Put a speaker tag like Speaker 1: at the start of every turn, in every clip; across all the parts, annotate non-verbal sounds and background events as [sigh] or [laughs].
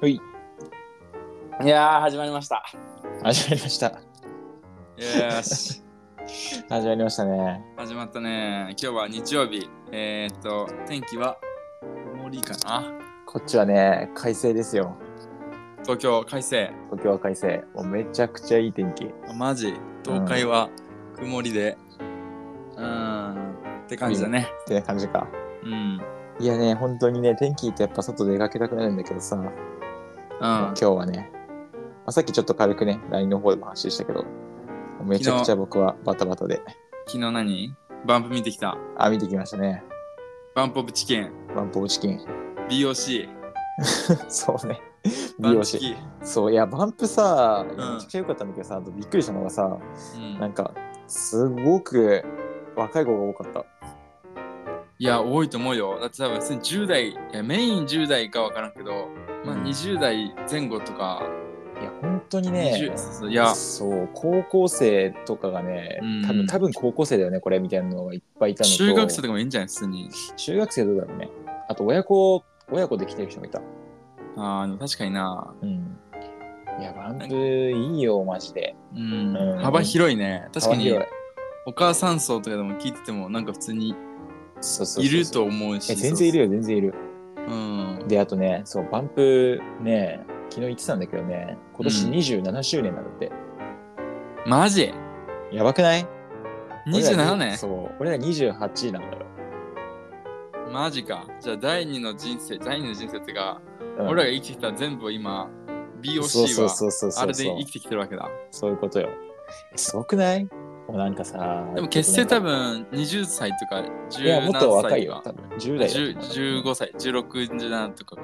Speaker 1: はい。
Speaker 2: いやー、始まりました。
Speaker 1: 始まりました。
Speaker 2: よし。
Speaker 1: 始まりましたね。
Speaker 2: 始まったね。今日は日曜日。えー、っと、天気は曇りかな。
Speaker 1: こっちはね、快晴ですよ。
Speaker 2: 東京、快晴。
Speaker 1: 東京は快晴。もうめちゃくちゃいい天気。
Speaker 2: あマジ、東海は曇りで。うーん。って感じだね。
Speaker 1: って感じか。
Speaker 2: うん。
Speaker 1: いやね、本当にね、天気いいとやっぱ外出かけたくなるんだけどさ、
Speaker 2: うん
Speaker 1: 今。日はね、まあ、さっきちょっと軽くね、LINE の方でも話したけど、めちゃくちゃ僕はバタバタで。
Speaker 2: 昨日何バンプ見てきた。
Speaker 1: あ、見てきましたね。
Speaker 2: バンプオブチキン。
Speaker 1: ワンポーチキン。
Speaker 2: BOC。
Speaker 1: [laughs] そうね。
Speaker 2: バ
Speaker 1: 美
Speaker 2: ン
Speaker 1: 容
Speaker 2: チ
Speaker 1: 師。
Speaker 2: キ。
Speaker 1: そう、いや、バンプさ、め
Speaker 2: ん
Speaker 1: ちゃくちゃ良かったんだけどさ、あとびっくりしたのがさ、
Speaker 2: うん
Speaker 1: なんか、すごく若い子が多かった。
Speaker 2: いや、多いと思うよ。だって多分、普通に10代、いやメイン10代かわからんけど、まあ
Speaker 1: うん
Speaker 2: 20代前後とか、
Speaker 1: いや本当にね
Speaker 2: 20そうそういや、
Speaker 1: そう高校生とかがね
Speaker 2: うん
Speaker 1: 多分多分高校生だよねこれみたいなのがいっぱいいたのと
Speaker 2: 中学生とかもいいんじゃない普通に。
Speaker 1: 中学生どうだろうねあと親子親子で来てる人もいた
Speaker 2: ああ、でも確かにな。
Speaker 1: うんいやバンプいいよマジで
Speaker 2: うん。
Speaker 1: うん
Speaker 2: 幅広いね。確かに
Speaker 1: 幅広い、
Speaker 2: お母さん層とかでも聞いてても、なんか普通に
Speaker 1: そうそうそう
Speaker 2: いると思うし。
Speaker 1: え全然いるよ全然いる
Speaker 2: うん。
Speaker 1: であとねそうバンプね昨日言ってたんだけどね今年
Speaker 2: うん
Speaker 1: 27周年なんだって、
Speaker 2: マジ
Speaker 1: やばくない
Speaker 2: ?27
Speaker 1: 俺ら
Speaker 2: 年
Speaker 1: そう俺ら28なんだよ、
Speaker 2: マジか。じゃあ、第二の人生、第二の人生ってか、
Speaker 1: うん
Speaker 2: 俺らが生きてきた全部今、
Speaker 1: そう
Speaker 2: BOC
Speaker 1: そう
Speaker 2: は、
Speaker 1: そうそうそうそう
Speaker 2: あれで生きてきてるわけだ。
Speaker 1: そういうことよ。えすごくないもうなんかさ。
Speaker 2: でも結成多
Speaker 1: 分。
Speaker 2: 分20歳とか
Speaker 1: いや、も
Speaker 2: 17
Speaker 1: っと若
Speaker 2: 歳と
Speaker 1: いよ
Speaker 2: か。。
Speaker 1: 多分10代だと
Speaker 2: 10
Speaker 1: 思う
Speaker 2: 15歳、16、17とかか。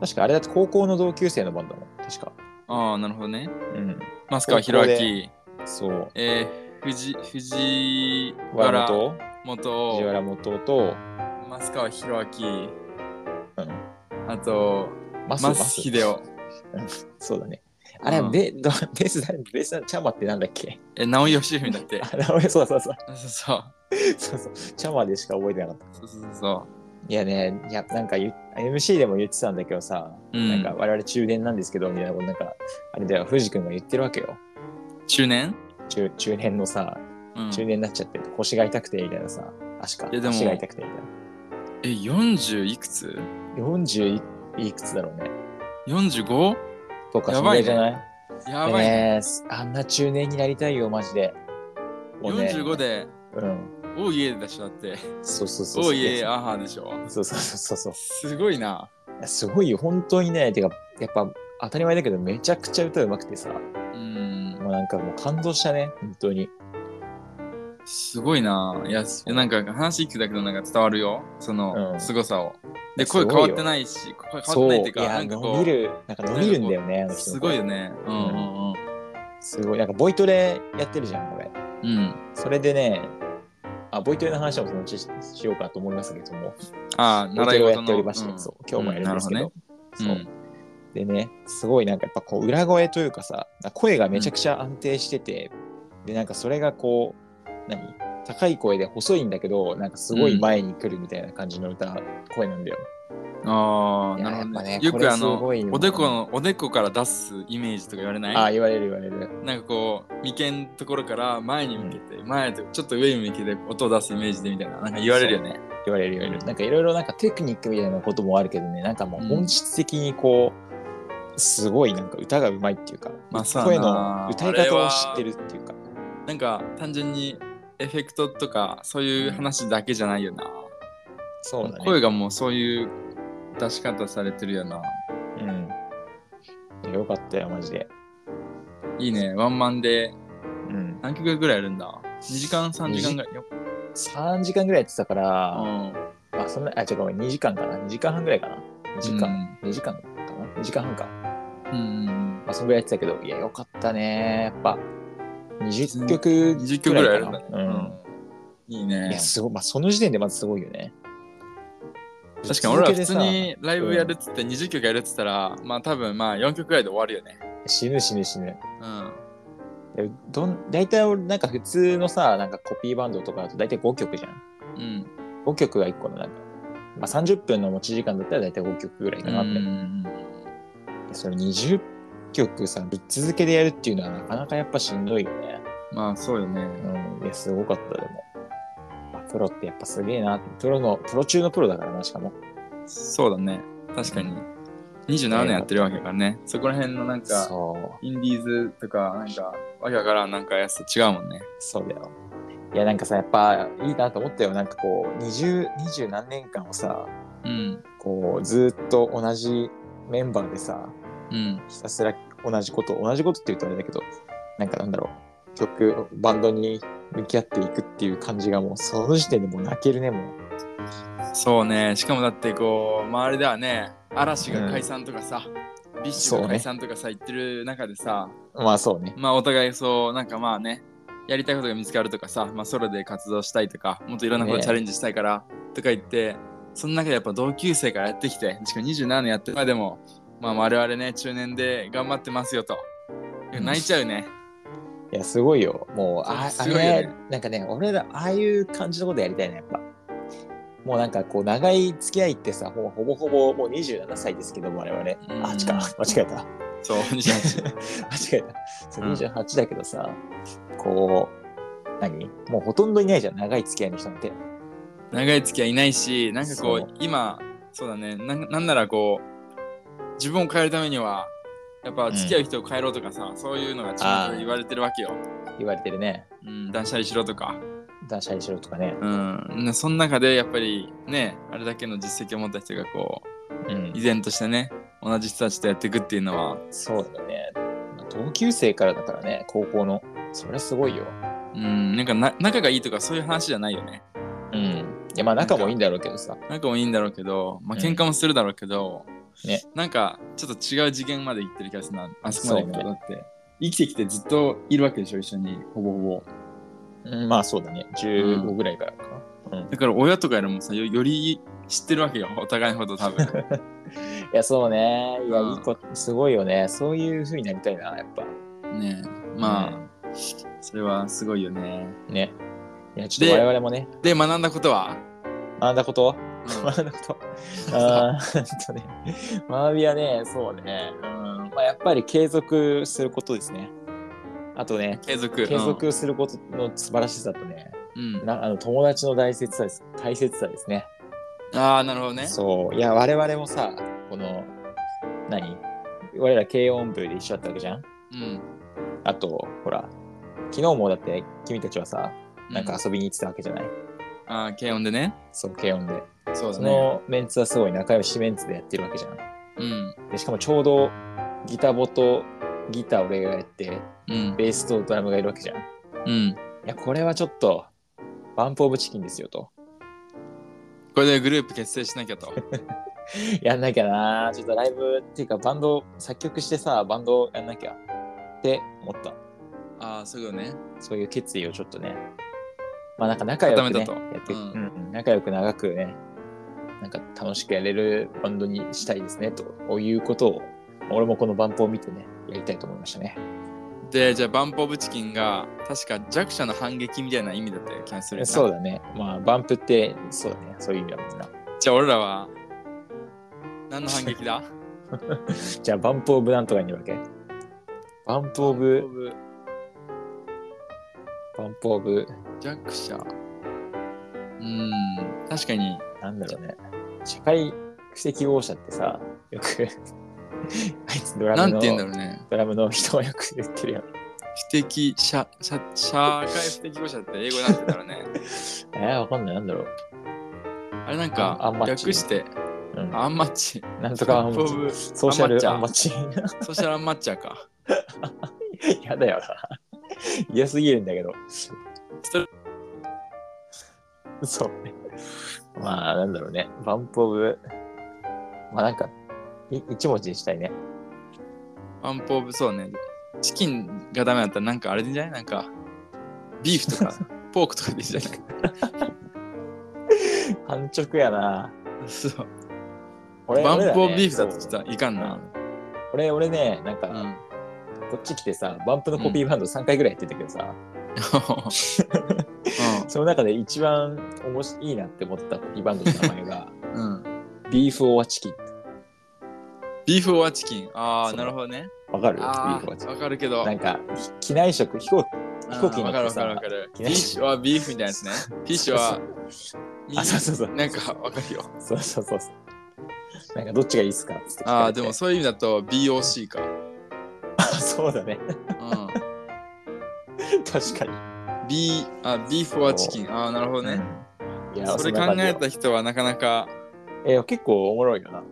Speaker 1: 確かあれだって高校の同級生のバンドだもん。確か。
Speaker 2: ああ、なるほどね。
Speaker 1: うん。
Speaker 2: マスカワヒロア
Speaker 1: 高校
Speaker 2: キ、
Speaker 1: そう。
Speaker 2: えー、藤藤
Speaker 1: 和
Speaker 2: 原
Speaker 1: 本藤
Speaker 2: 元、
Speaker 1: 原元と、
Speaker 2: マスカワヒロアキ、
Speaker 1: うん。
Speaker 2: あと、
Speaker 1: マ
Speaker 2: マスヒデオ、
Speaker 1: そうだね。あれ、
Speaker 2: うん
Speaker 1: ベどベースだ、ベースだ、チャマってなんだっけ
Speaker 2: え、直井義文だ
Speaker 1: [laughs]
Speaker 2: って。
Speaker 1: あ、名前そうそうそう。
Speaker 2: そうそう
Speaker 1: そうそう。チャマでしか覚えてなかった。
Speaker 2: そう。そうそうそ
Speaker 1: いやね、いや、なんか言う MC でも言ってたんだけどさ、
Speaker 2: う。うん。
Speaker 1: なんか我々中年なんですけど、みたいなこと、なんか、あれだよ、藤君が言ってるわけよ。
Speaker 2: 中年
Speaker 1: 中中年のさ、
Speaker 2: うん。
Speaker 1: 中年になっちゃって腰が痛くてみたいなさ足か
Speaker 2: いやでも
Speaker 1: 足が痛くてみたい
Speaker 2: え、40いくつ
Speaker 1: な40いいくつだろうね
Speaker 2: ?45?
Speaker 1: とか
Speaker 2: や
Speaker 1: そ
Speaker 2: ばい
Speaker 1: れ
Speaker 2: ね
Speaker 1: じゃない
Speaker 2: やばいね。
Speaker 1: ねえあんな中年になりたいよマジでもうね
Speaker 2: 45で、
Speaker 1: うん
Speaker 2: おいえでしょ、だって。
Speaker 1: そうそうそうそ
Speaker 2: お
Speaker 1: う
Speaker 2: いえ、あはでしょ。
Speaker 1: そうそうそうそう
Speaker 2: すごいな。
Speaker 1: いやすごいよ本当にねてかやっぱ当たり前だけどめちゃくちゃ歌うまくてさも
Speaker 2: うん。
Speaker 1: うなんかもう感動したね本当に
Speaker 2: すごいな。いや、すいやなんか話聞くだけどなんか伝わるよ。その、
Speaker 1: うん
Speaker 2: 凄さを。で、
Speaker 1: すごい
Speaker 2: 声
Speaker 1: よ
Speaker 2: 変わってないし、声変わってないっていう
Speaker 1: い
Speaker 2: か、な
Speaker 1: や
Speaker 2: んか
Speaker 1: 伸
Speaker 2: こ
Speaker 1: び
Speaker 2: う、
Speaker 1: るなんか伸びるんだよねあの人
Speaker 2: す
Speaker 1: の
Speaker 2: ご
Speaker 1: 声
Speaker 2: いよね。うんうん
Speaker 1: すごいなんかボイトレやってるじゃん俺
Speaker 2: うん。うん。
Speaker 1: それでね、あ、ボイトレの話もそのうちししようかと思いますけども、
Speaker 2: ああ、
Speaker 1: ボイト
Speaker 2: 習い
Speaker 1: レを
Speaker 2: 事
Speaker 1: や
Speaker 2: の。
Speaker 1: っておりまして、
Speaker 2: うん
Speaker 1: そう、今日もやるんですけど、
Speaker 2: うんな
Speaker 1: そう、でね、すごいなんかやっぱこう裏声というかさ、声がめちゃくちゃ安定してて、で、なんかそれがこう、何高い声で細いんだけど、なんかすごい前に来るみたいな感じの歌、声なんだよ。
Speaker 2: ああ、
Speaker 1: いや
Speaker 2: なるほど
Speaker 1: やっぱ
Speaker 2: ね
Speaker 1: ね。
Speaker 2: よ
Speaker 1: これ
Speaker 2: くあ
Speaker 1: す
Speaker 2: の、
Speaker 1: ごいよ
Speaker 2: おでこの、おでこから出すイメージとか言われ
Speaker 1: あ
Speaker 2: な
Speaker 1: あ、
Speaker 2: い
Speaker 1: 言われる言われる。
Speaker 2: なんかこう、眉間のところから前に向けて、前とちょっと上に向けて音を出すイメージでみたいな、なんか言われるよね。
Speaker 1: 言われる言われる。なんかいろいろなんかテクニックみたいなこともあるけどね、なんかもう本質的にこう、すごいなんか歌がうまいっていうか、
Speaker 2: まあそう
Speaker 1: 声
Speaker 2: や
Speaker 1: の
Speaker 2: な
Speaker 1: 歌い方を知ってるっていうか。
Speaker 2: なんか単純にエフェクトとかそういう話だけじゃないよな。
Speaker 1: そうだね。
Speaker 2: 声がもうそういう出し方されてるよな。
Speaker 1: うん。よかったよ、マジで。
Speaker 2: いいね。ワンマンで
Speaker 1: うん。
Speaker 2: 何曲ぐらいやるんだ ?2 時間3時間ぐらい。よ
Speaker 1: 3時間ぐらいやってたか
Speaker 2: う
Speaker 1: ら、
Speaker 2: ん
Speaker 1: あ、そんな、あ、違う、ごめん、2時間かな。2時間半ぐらいかな。2時間、2時間かな。2時間半か。
Speaker 2: うん。
Speaker 1: まあ、そんぐらいやってたけど、いや、よかったね。やっぱ、20曲
Speaker 2: うん20曲ぐらいやる
Speaker 1: か
Speaker 2: んだ
Speaker 1: な
Speaker 2: ね。
Speaker 1: うん。。
Speaker 2: いい
Speaker 1: い
Speaker 2: ね
Speaker 1: や、。すごい。まあ、その時点でまずすごいよね。
Speaker 2: 確かに俺ら普通
Speaker 1: 続けて
Speaker 2: にライブやるっつって20曲やるっつったら、まあ多分まあ4曲ぐらいで終わるよね。
Speaker 1: さ死ぬ死ぬ死ぬ。
Speaker 2: うん。
Speaker 1: でどん大体俺なんか普通のさなんかコピーバンドとかだと大体5曲じゃん。
Speaker 2: うん。
Speaker 1: 5曲が1個のなんか、まあ、30分の持ち時間だったら大体5曲ぐらいかなって、
Speaker 2: うん
Speaker 1: それ20曲さ、ぶっ続けでやるっていうのはなかなかやっぱしんどいよね。
Speaker 2: まあそうよね。
Speaker 1: うん、いや、すごかった、でも。まあプロってやっぱすげえな。プロの、プロ中のプロだからな、しかも。
Speaker 2: そうだね。確かに。27年やってるわけだからね。そこら辺のなんか、
Speaker 1: そう。
Speaker 2: インディーズとか、なんか、わけわからんなんかやつと違うもんね。
Speaker 1: そうだよ。いや、なんかさ、やっぱいいなと思ったよ。なんかこう、20、20何年間をさ、
Speaker 2: うん。
Speaker 1: こう、ずーっと同じメンバーでさ、
Speaker 2: うん。
Speaker 1: ひたすら同じこと、同じことって言うとあれだけど、なんかなんだろう、曲、バンドに向き合っていくっていう感じがもう、その時点でもう泣けるね、もう。
Speaker 2: そうね。しかもだってこう、周りではね、嵐が解散とかさ、ビッシュが解散とかさ、言ってる中でさ、
Speaker 1: まあそうね。
Speaker 2: まあお互いそう、なんかまあね、やりたいことが見つかるとかさ、まあソロで活動したいとか、もっといろんなこと
Speaker 1: ね
Speaker 2: チャレンジしたいから、とか言って、その中でやっぱ同級生からやってきて、しかも27年やってるまでも、まあ我々ね、中年で頑張ってますよと。いや泣いちゃうね。
Speaker 1: いや、すごいよ。もう、あ
Speaker 2: そ
Speaker 1: あ
Speaker 2: うすごいよね
Speaker 1: れ、なんかね、俺ら、ああいう感じのことやりたいね、やっぱ。もうなんかこう、長い付き合いってさ、もうほぼほぼもう27歳ですけども、我々。
Speaker 2: [laughs] うん
Speaker 1: あ、違う、間違えた。
Speaker 2: そう、28。
Speaker 1: 間違えた。そう
Speaker 2: うん
Speaker 1: 28だけどさ、こう、何もうほとんどいないじゃん、長い付き合いの人なんて。
Speaker 2: 長い付き合いいないし、なんかこう、
Speaker 1: そう
Speaker 2: 今、そうだねな、なんならこう、自分を変えるためには、やっぱ付き合う人を変えろとかさ、そういうのがちゃんと言われてるわけよ。
Speaker 1: 言われてるね。
Speaker 2: うん、断捨離しろとか。
Speaker 1: 断捨離しろとかね。
Speaker 2: うん、なその中でやっぱりね、あれだけの実績を持った人がこ
Speaker 1: う
Speaker 2: う、
Speaker 1: ん。
Speaker 2: 依然としてね、同じ人たちとやっていくっていうのは、
Speaker 1: そうだね。同級生からだからね、高校の。それすごいよ。
Speaker 2: うん、なんかな仲がいいとかそういう話じゃないよね。
Speaker 1: うん。いや、まあ仲もいいんだろうけどさ。
Speaker 2: 仲もいいんだろうけど、まあ
Speaker 1: うん
Speaker 2: 喧嘩もするだろうけど、
Speaker 1: ね
Speaker 2: なんかちょっと違う次元まで行ってる気がするな、あそこまで行くと。
Speaker 1: そ
Speaker 2: だって、生きてきてずっといるわけでしょ、一緒に、ほぼほぼ。
Speaker 1: うん、まあそうだね。15ぐらいからかな。うん。
Speaker 2: だから親とかよりもさ、よより知ってるわけよ、お互いのこと多
Speaker 1: [laughs]
Speaker 2: 分。
Speaker 1: いや、そうね。いや、
Speaker 2: うん
Speaker 1: いい子、すごいよね。そういう風になりたいな、やっぱ。
Speaker 2: ねえまあ、それはすごいよね。
Speaker 1: ね。いや、ちょっ
Speaker 2: で
Speaker 1: と我々もね、
Speaker 2: で、学んだこと
Speaker 1: [laughs]
Speaker 2: は、
Speaker 1: 学んだこと
Speaker 2: うん
Speaker 1: 学ん
Speaker 2: [laughs]
Speaker 1: だこと。あーほんとね。学びはね、そうね。うん。まあ、やっぱり継続することですね。あとね、
Speaker 2: 継続。
Speaker 1: 継続することの素晴らしさとね、
Speaker 2: うん。うん
Speaker 1: なあの友達の大切さです大切さですね。
Speaker 2: ああ、なるほどね。
Speaker 1: そう。いや、我々もさ、この、何我ら軽音部で一緒だったわけじゃん
Speaker 2: うん。
Speaker 1: あと、ほら、昨日もだって君たちはさ、なんか遊びに行ってたわけじゃない、
Speaker 2: うん、ああ、軽音でね。
Speaker 1: そう、軽音で。
Speaker 2: そうだ
Speaker 1: そ
Speaker 2: ね。
Speaker 1: のメンツはすごい仲良しメンツでやってるわけじゃん。
Speaker 2: うん。
Speaker 1: でしかもちょうどギタボとギター俺がやって、
Speaker 2: うん。
Speaker 1: ベースとドラムがいるわけじゃん。い
Speaker 2: うん。
Speaker 1: や、これはちょっと、バンプオブチキンですよと。 [laughs]
Speaker 2: これでグループ結成しなきゃと。
Speaker 1: やんなきゃなちょっとライブっていうかバンド、作曲してさ、バンドやんなきゃって思った。
Speaker 2: ああ、そういうことね。
Speaker 1: そういう決意をちょっとね、まあなんか仲良く、ね、
Speaker 2: 固めたと
Speaker 1: やって、
Speaker 2: うん
Speaker 1: うん仲良く長くね、なんか楽しくやれるバンドにしたいですね、ということを、俺もこのバンプを見てね、やりたいと思いましたね。
Speaker 2: で、じゃあ、バンプ・オブ・チキンが、確か弱者の反撃みたいな意味だったような気がするな。
Speaker 1: そうだね。まあ、バンプって、そうだね。そういう意味だもんな。
Speaker 2: じゃあ、俺らは、何の反撃
Speaker 1: [laughs]
Speaker 2: だ
Speaker 1: じゃあ、バンプオブなんとかにいるわけバンプオブ、バンプオブ、
Speaker 2: 弱者。うん。確かに、
Speaker 1: なんだろうね。社会不適合者ってさ、よく、 [laughs] あいつドラ
Speaker 2: な
Speaker 1: ム
Speaker 2: んて言うんだ
Speaker 1: の、
Speaker 2: ろうね。
Speaker 1: ドラムの人はよく言ってるよね。
Speaker 2: 不適者、社、社会不適合者って英語なんて言うんだろう
Speaker 1: [laughs]
Speaker 2: ね。
Speaker 1: えー、わかんない。なんだろう。
Speaker 2: あれなんか
Speaker 1: あアンマッチ
Speaker 2: 略して
Speaker 1: うん
Speaker 2: アンマッチ
Speaker 1: なんとかアンマ
Speaker 2: トップオ
Speaker 1: ッ
Speaker 2: ブ
Speaker 1: チ。ソーシャルア
Speaker 2: ア
Speaker 1: ン
Speaker 2: ン
Speaker 1: マ
Speaker 2: マ
Speaker 1: ッチ。
Speaker 2: ソーシャルアンマッチャーか
Speaker 1: [laughs] やだよな。嫌すぎるんだけど。
Speaker 2: それ
Speaker 1: そうね。まあ、なんだろうね。バンプオブ。まあなんか、い一文字にしたいね。
Speaker 2: アンポーブそうねチキンがダメだったらなんかあれでいいんじゃないなんかビーフとかポークとかでいいじゃ
Speaker 1: [laughs]
Speaker 2: ない
Speaker 1: 半直やな。
Speaker 2: そう
Speaker 1: 俺
Speaker 2: バンポー
Speaker 1: 俺らね
Speaker 2: ビーフだとちょっ
Speaker 1: そう
Speaker 2: といかんな
Speaker 1: 俺、俺ね、なん
Speaker 2: う
Speaker 1: か、
Speaker 2: ん [laughs]
Speaker 1: こっち来てさ、バンプのコピーバンド3回ぐらいやってたけどさ、その中で一番おもしい
Speaker 2: [laughs]
Speaker 1: いなって思ったコピーバンドの名前が、
Speaker 2: うんうん
Speaker 1: ビーフオアチキン。
Speaker 2: ビーフオアチキン。あ
Speaker 1: そ
Speaker 2: あ、
Speaker 1: う
Speaker 2: なるほどね。
Speaker 1: わかるビー
Speaker 2: あ
Speaker 1: フオアチ
Speaker 2: あ、
Speaker 1: キ
Speaker 2: わかるけど。
Speaker 1: ンなんか機内食飛行
Speaker 2: あー
Speaker 1: 飛行機に乗
Speaker 2: わ
Speaker 1: っ
Speaker 2: かる
Speaker 1: て
Speaker 2: わか
Speaker 1: さ
Speaker 2: るわかる。フ
Speaker 1: 機
Speaker 2: ィ
Speaker 1: 内
Speaker 2: ッ
Speaker 1: 食
Speaker 2: シュはビーフみたいなやつ
Speaker 1: [laughs]
Speaker 2: ね。フィッシュはみ
Speaker 1: あそうそうそう
Speaker 2: なんかわかるよ。
Speaker 1: [laughs] そうそうそうそうなんかどっちがいいっすかっつって聞かれて
Speaker 2: ああ、でもそういう意味だと BOC か。
Speaker 1: あ [laughs] そうだね
Speaker 2: うん。
Speaker 1: 確かに
Speaker 2: B、あ、ビーフはチキン。ああ、なるほどね。
Speaker 1: うんいや
Speaker 2: それ
Speaker 1: んな
Speaker 2: 考
Speaker 1: 感じよ
Speaker 2: えた人はなかなか、
Speaker 1: えー結構おもろいよな、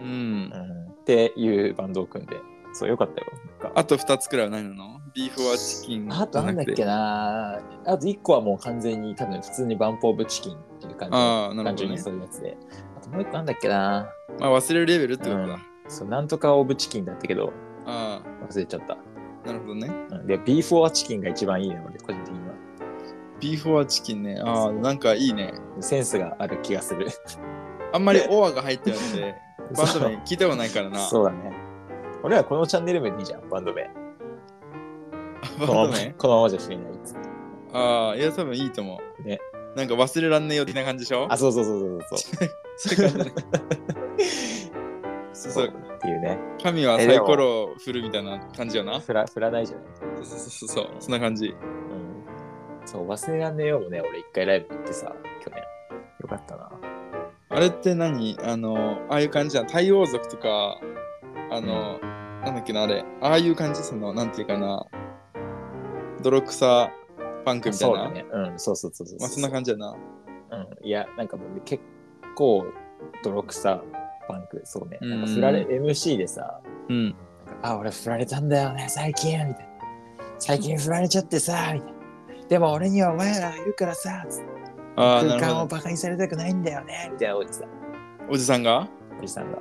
Speaker 2: うん。
Speaker 1: うん、っていうバンドを組んでそうよかったよなんか
Speaker 2: あと2つくらいは何なのビーフはチキン。
Speaker 1: あとなんだっけなあと1個はもう完全に多分普通にバンプオブチキンっていう感じ
Speaker 2: ああ、なるほど
Speaker 1: 単純に
Speaker 2: ね。
Speaker 1: そういうやつであともう1個なんだっけな
Speaker 2: まあ忘れるレベルってことだ。
Speaker 1: うん
Speaker 2: あ
Speaker 1: そうなんとかオブチキンだったけど
Speaker 2: あ
Speaker 1: 忘れちゃった、
Speaker 2: ー、なるほどね。
Speaker 1: うん、でビーフォアチキンが一番いいね俺個人的には
Speaker 2: ビーフはチキンね。ああ、なんかいいね。
Speaker 1: センスがある気がする
Speaker 2: あんまりオアが入ってるん [laughs] で、バンド名聞いたことないからな。
Speaker 1: そうだね俺らこのチャンネル名でいいじゃんバンド名
Speaker 2: バン
Speaker 1: この
Speaker 2: ド
Speaker 1: まま
Speaker 2: 名
Speaker 1: このままじゃ死ねないっつって
Speaker 2: ああ、いや、多分いいと思う。
Speaker 1: ね
Speaker 2: なんか忘れらんねえよ的な感じでしょ
Speaker 1: あそうそうそうそうそうそう
Speaker 2: そういう感じねそう
Speaker 1: そ
Speaker 2: そうう。
Speaker 1: っていうね
Speaker 2: 神はサイコロを振るみたいな感じよな。そ
Speaker 1: 振ら振らないじゃないう
Speaker 2: そうそうそう、そんな感じ。
Speaker 1: うんそう忘れらんねえよもね俺一回ライブ行ってさ去年よかったな
Speaker 2: あれって何あの、ああいう感じじゃん。太陽族とか、あの、なんだっけな、あれ。ああいう感じその、なんていうかな。泥臭パンクみたい
Speaker 1: そう
Speaker 2: な。
Speaker 1: だねうんそうそうそうそう
Speaker 2: まあ、そんな感じやな。
Speaker 1: うん、いやなんかもう結構泥臭パンクそうね
Speaker 2: うん
Speaker 1: なんか振られ MC でさ
Speaker 2: うん。
Speaker 1: 「あ俺振られたんだよね最近」みたいな「最近振られちゃってさ」みたいな「でも俺にはお前らいるからさ」つって
Speaker 2: ああ、な
Speaker 1: 空
Speaker 2: る
Speaker 1: 間を
Speaker 2: ほ
Speaker 1: バカにされたくないんだよねみたいなおじさん
Speaker 2: ど。おじさんが
Speaker 1: おじさんが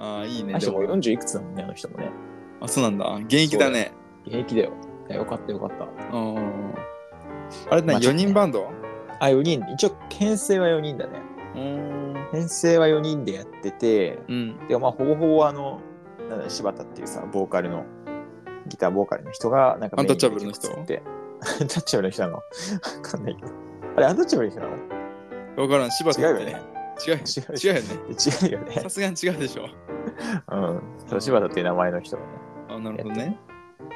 Speaker 2: ああ、いい
Speaker 1: あ
Speaker 2: ね。
Speaker 1: の
Speaker 2: で
Speaker 1: 人も
Speaker 2: も
Speaker 1: 40いくつだもんねあの人もね
Speaker 2: あ、そうなんだ。現役だね。
Speaker 1: 現役だよいやよかったよかった
Speaker 2: うんうんうん。あれって
Speaker 1: まあちょ
Speaker 2: 4
Speaker 1: っとね
Speaker 2: 人バンド
Speaker 1: あ4人一応編成は4人だね
Speaker 2: うん。
Speaker 1: 編成は4人でやってて
Speaker 2: うん。
Speaker 1: でまあほぼほぼあのなんだ柴田っていうさボーカルのギターボーカルの人がなんか
Speaker 2: アンタッチャブルの人
Speaker 1: メインで曲作って [laughs] アンタッチャブルの人なのわかんないけどあれアンタッチャブルの人なの
Speaker 2: わからん。柴田
Speaker 1: 違
Speaker 2: っ
Speaker 1: うよ
Speaker 2: て
Speaker 1: ね
Speaker 2: ね。違うよ。
Speaker 1: 違う
Speaker 2: 違うよ
Speaker 1: [laughs]
Speaker 2: ね。
Speaker 1: 違うよね
Speaker 2: さすがに違うでしょ。
Speaker 1: うんそう柴田っていう名前の人がね
Speaker 2: あ、なるほどね。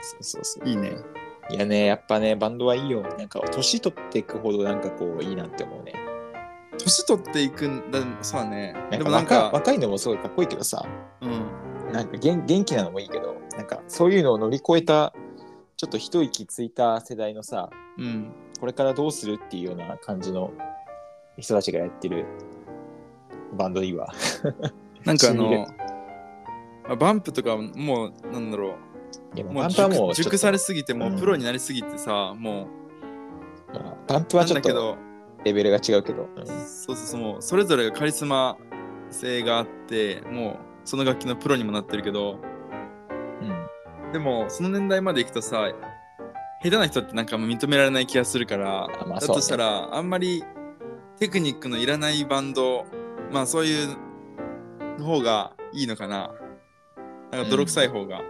Speaker 1: そうそうそ
Speaker 2: いいね。
Speaker 1: ういやねやっぱねバンドはいいよなんか年取っていくほどなんかこういいなって思うね
Speaker 2: 年取っていくんだ、そうだね。で
Speaker 1: なんか
Speaker 2: もなんか、
Speaker 1: 若若いのもすごいかっこいいけどさ
Speaker 2: うん。
Speaker 1: なんか元元気なのもいいけどなんかそういうのを乗り越えたちょっと一息ついた世代のさ
Speaker 2: うん。
Speaker 1: これからどうするっていうような感じの人たちがやってるバンドいいわ。
Speaker 2: なんかあ
Speaker 1: しみる
Speaker 2: の、あバンプとかもう、なんだろ
Speaker 1: いや
Speaker 2: う、
Speaker 1: もう
Speaker 2: も
Speaker 1: バ
Speaker 2: う
Speaker 1: ンプは
Speaker 2: 熟
Speaker 1: もう
Speaker 2: 熟され
Speaker 1: ち
Speaker 2: すぎて、もううんプロになりすぎてさ、も
Speaker 1: ょっとまあバン
Speaker 2: う、
Speaker 1: プは
Speaker 2: なん
Speaker 1: ちょっ
Speaker 2: だけ
Speaker 1: と
Speaker 2: ど、
Speaker 1: レベルが違うけど。うん
Speaker 2: そうそうそう、もう、それぞれがカリスマ性があって、もう、その楽器のプロにもなってるけど、
Speaker 1: うん
Speaker 2: でも、その年代まで行くとさ、下手な人ってなんかもう認められない気がするから、
Speaker 1: あま
Speaker 2: だ
Speaker 1: あそうね
Speaker 2: としたら、あんまりテクニックのいらないバンド、まあそういうの方がいいのかな。なんか泥臭い方が。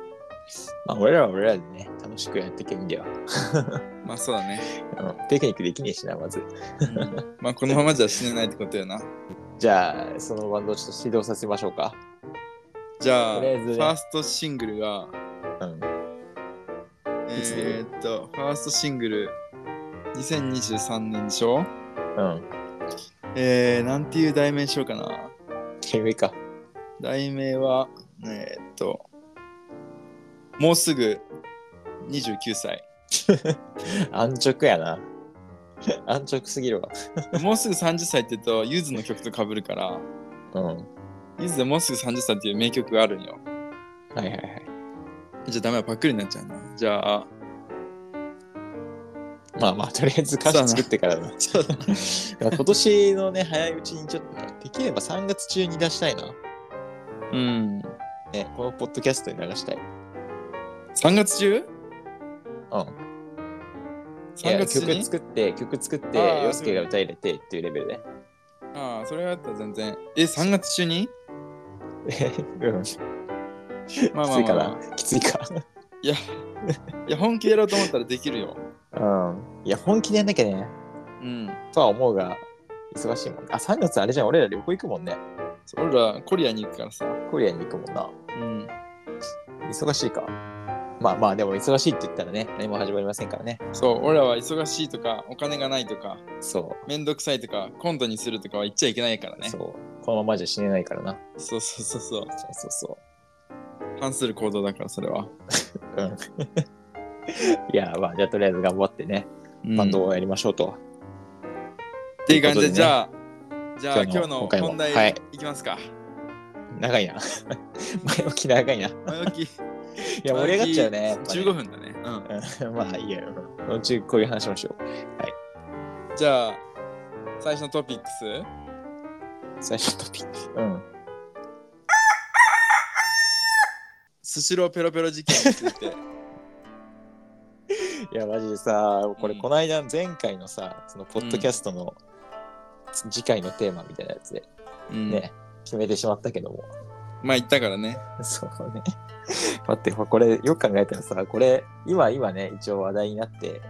Speaker 1: まあ俺らは俺らでね、楽しくやっていけばいいんだよ。
Speaker 2: まあそうだね。
Speaker 1: [laughs] うんテクニックできねえしな、まず。
Speaker 2: まあこのままじゃ死ねないってことよな。
Speaker 1: じゃあ、そのバンドをちょっと指導させましょうか。
Speaker 2: じゃあ、
Speaker 1: とりあえずね
Speaker 2: ファーストシングルが、
Speaker 1: うん。いつ出
Speaker 2: え
Speaker 1: る
Speaker 2: ーっと、ファーストシングル、2023年でしょ
Speaker 1: うん。
Speaker 2: えー、なんていう題名しようかな。
Speaker 1: 君か。
Speaker 2: 題名は、えーっと、もうすぐ29歳。
Speaker 1: 安直やな。 [laughs] 安直すぎるわ。
Speaker 2: もうすぐ30歳って言うと、ゆずの曲とかぶるから、
Speaker 1: うん。は
Speaker 2: ゆずでもうすぐ30歳っていう名曲があるんよ。
Speaker 1: いはいはい。
Speaker 2: じゃあダメだ、パクリになっちゃうな。じゃあ、
Speaker 1: まあまあ、とりあえず歌詞作ってからな。
Speaker 2: [laughs] そう
Speaker 1: [laughs]
Speaker 2: だな
Speaker 1: だから今年のね、早いうちにちょっとね、できれば3月中に出したいな。
Speaker 2: うん。
Speaker 1: ね、このポッドキャストに流したい。
Speaker 2: 3月中
Speaker 1: うん。い
Speaker 2: ?3
Speaker 1: や
Speaker 2: 月中
Speaker 1: 曲
Speaker 2: に
Speaker 1: 作って、曲作って、
Speaker 2: あー
Speaker 1: 洋介が歌入れてっていうレベルで。 [laughs]
Speaker 2: ああ、それがあったら全然。え、3月中に
Speaker 1: うん。き
Speaker 2: まあま
Speaker 1: つ
Speaker 2: あ
Speaker 1: いか
Speaker 2: まあ、
Speaker 1: な。きついか。
Speaker 2: いや、いや、本気でやろうと思ったらできるよ。
Speaker 1: うん。いや、本気でやんなきゃね。
Speaker 2: うん。
Speaker 1: とは思うが、忙しいもん。あ、3月あれじゃん。俺ら旅行行くもんね。
Speaker 2: 俺ら、コリアに行くからさ。
Speaker 1: コリアに行くもんな。
Speaker 2: うん。
Speaker 1: 忙しいか。まあまあ、でも忙しいって言ったらね、何も始まりませんからね。
Speaker 2: そう、俺らは忙しいとか、お金がないとか、
Speaker 1: そ
Speaker 2: めんどくさいとか、コントにするとかは言っちゃいけないから
Speaker 1: う。
Speaker 2: ね。
Speaker 1: そう。このままじゃ死ねないからな。
Speaker 2: そうそうそうそう。
Speaker 1: そうそうそ
Speaker 2: 反する行動だから、それは。
Speaker 1: う。うん。いや、まあ、じゃあとりあえず頑張ってね、
Speaker 2: うん
Speaker 1: バンドをやりましょうと。
Speaker 2: っていう感じで、
Speaker 1: ということでね
Speaker 2: じゃあ、じゃあ
Speaker 1: 今
Speaker 2: 今
Speaker 1: 日
Speaker 2: 日
Speaker 1: の
Speaker 2: の
Speaker 1: 今回も
Speaker 2: 本
Speaker 1: は
Speaker 2: 題
Speaker 1: い
Speaker 2: いきますか。
Speaker 1: 長いな。 [laughs] 前置き長 [laughs] いな。い
Speaker 2: 前置き。い
Speaker 1: や、盛り上がっちゃうね。やっぱね
Speaker 2: 15分だね。うん。
Speaker 1: うんまあ、いいや、うんのうちこういう話しましょう。
Speaker 2: じゃあ、最初のトピックス。
Speaker 1: 最初のトピック。うん。
Speaker 2: スシローペロペロ事件について。
Speaker 1: いや、マジでさ、これ、
Speaker 2: うん
Speaker 1: この間、前回のさ、その、ポッドキャストの、次回のテーマみたいなやつで、
Speaker 2: うん。
Speaker 1: [laughs] ね、決めてしまったけども。 [laughs]
Speaker 2: まあ言ったからね。
Speaker 1: そう [laughs] ね。待って、これ、よく考えたらさ、これ、今、今ね、一応話題になって、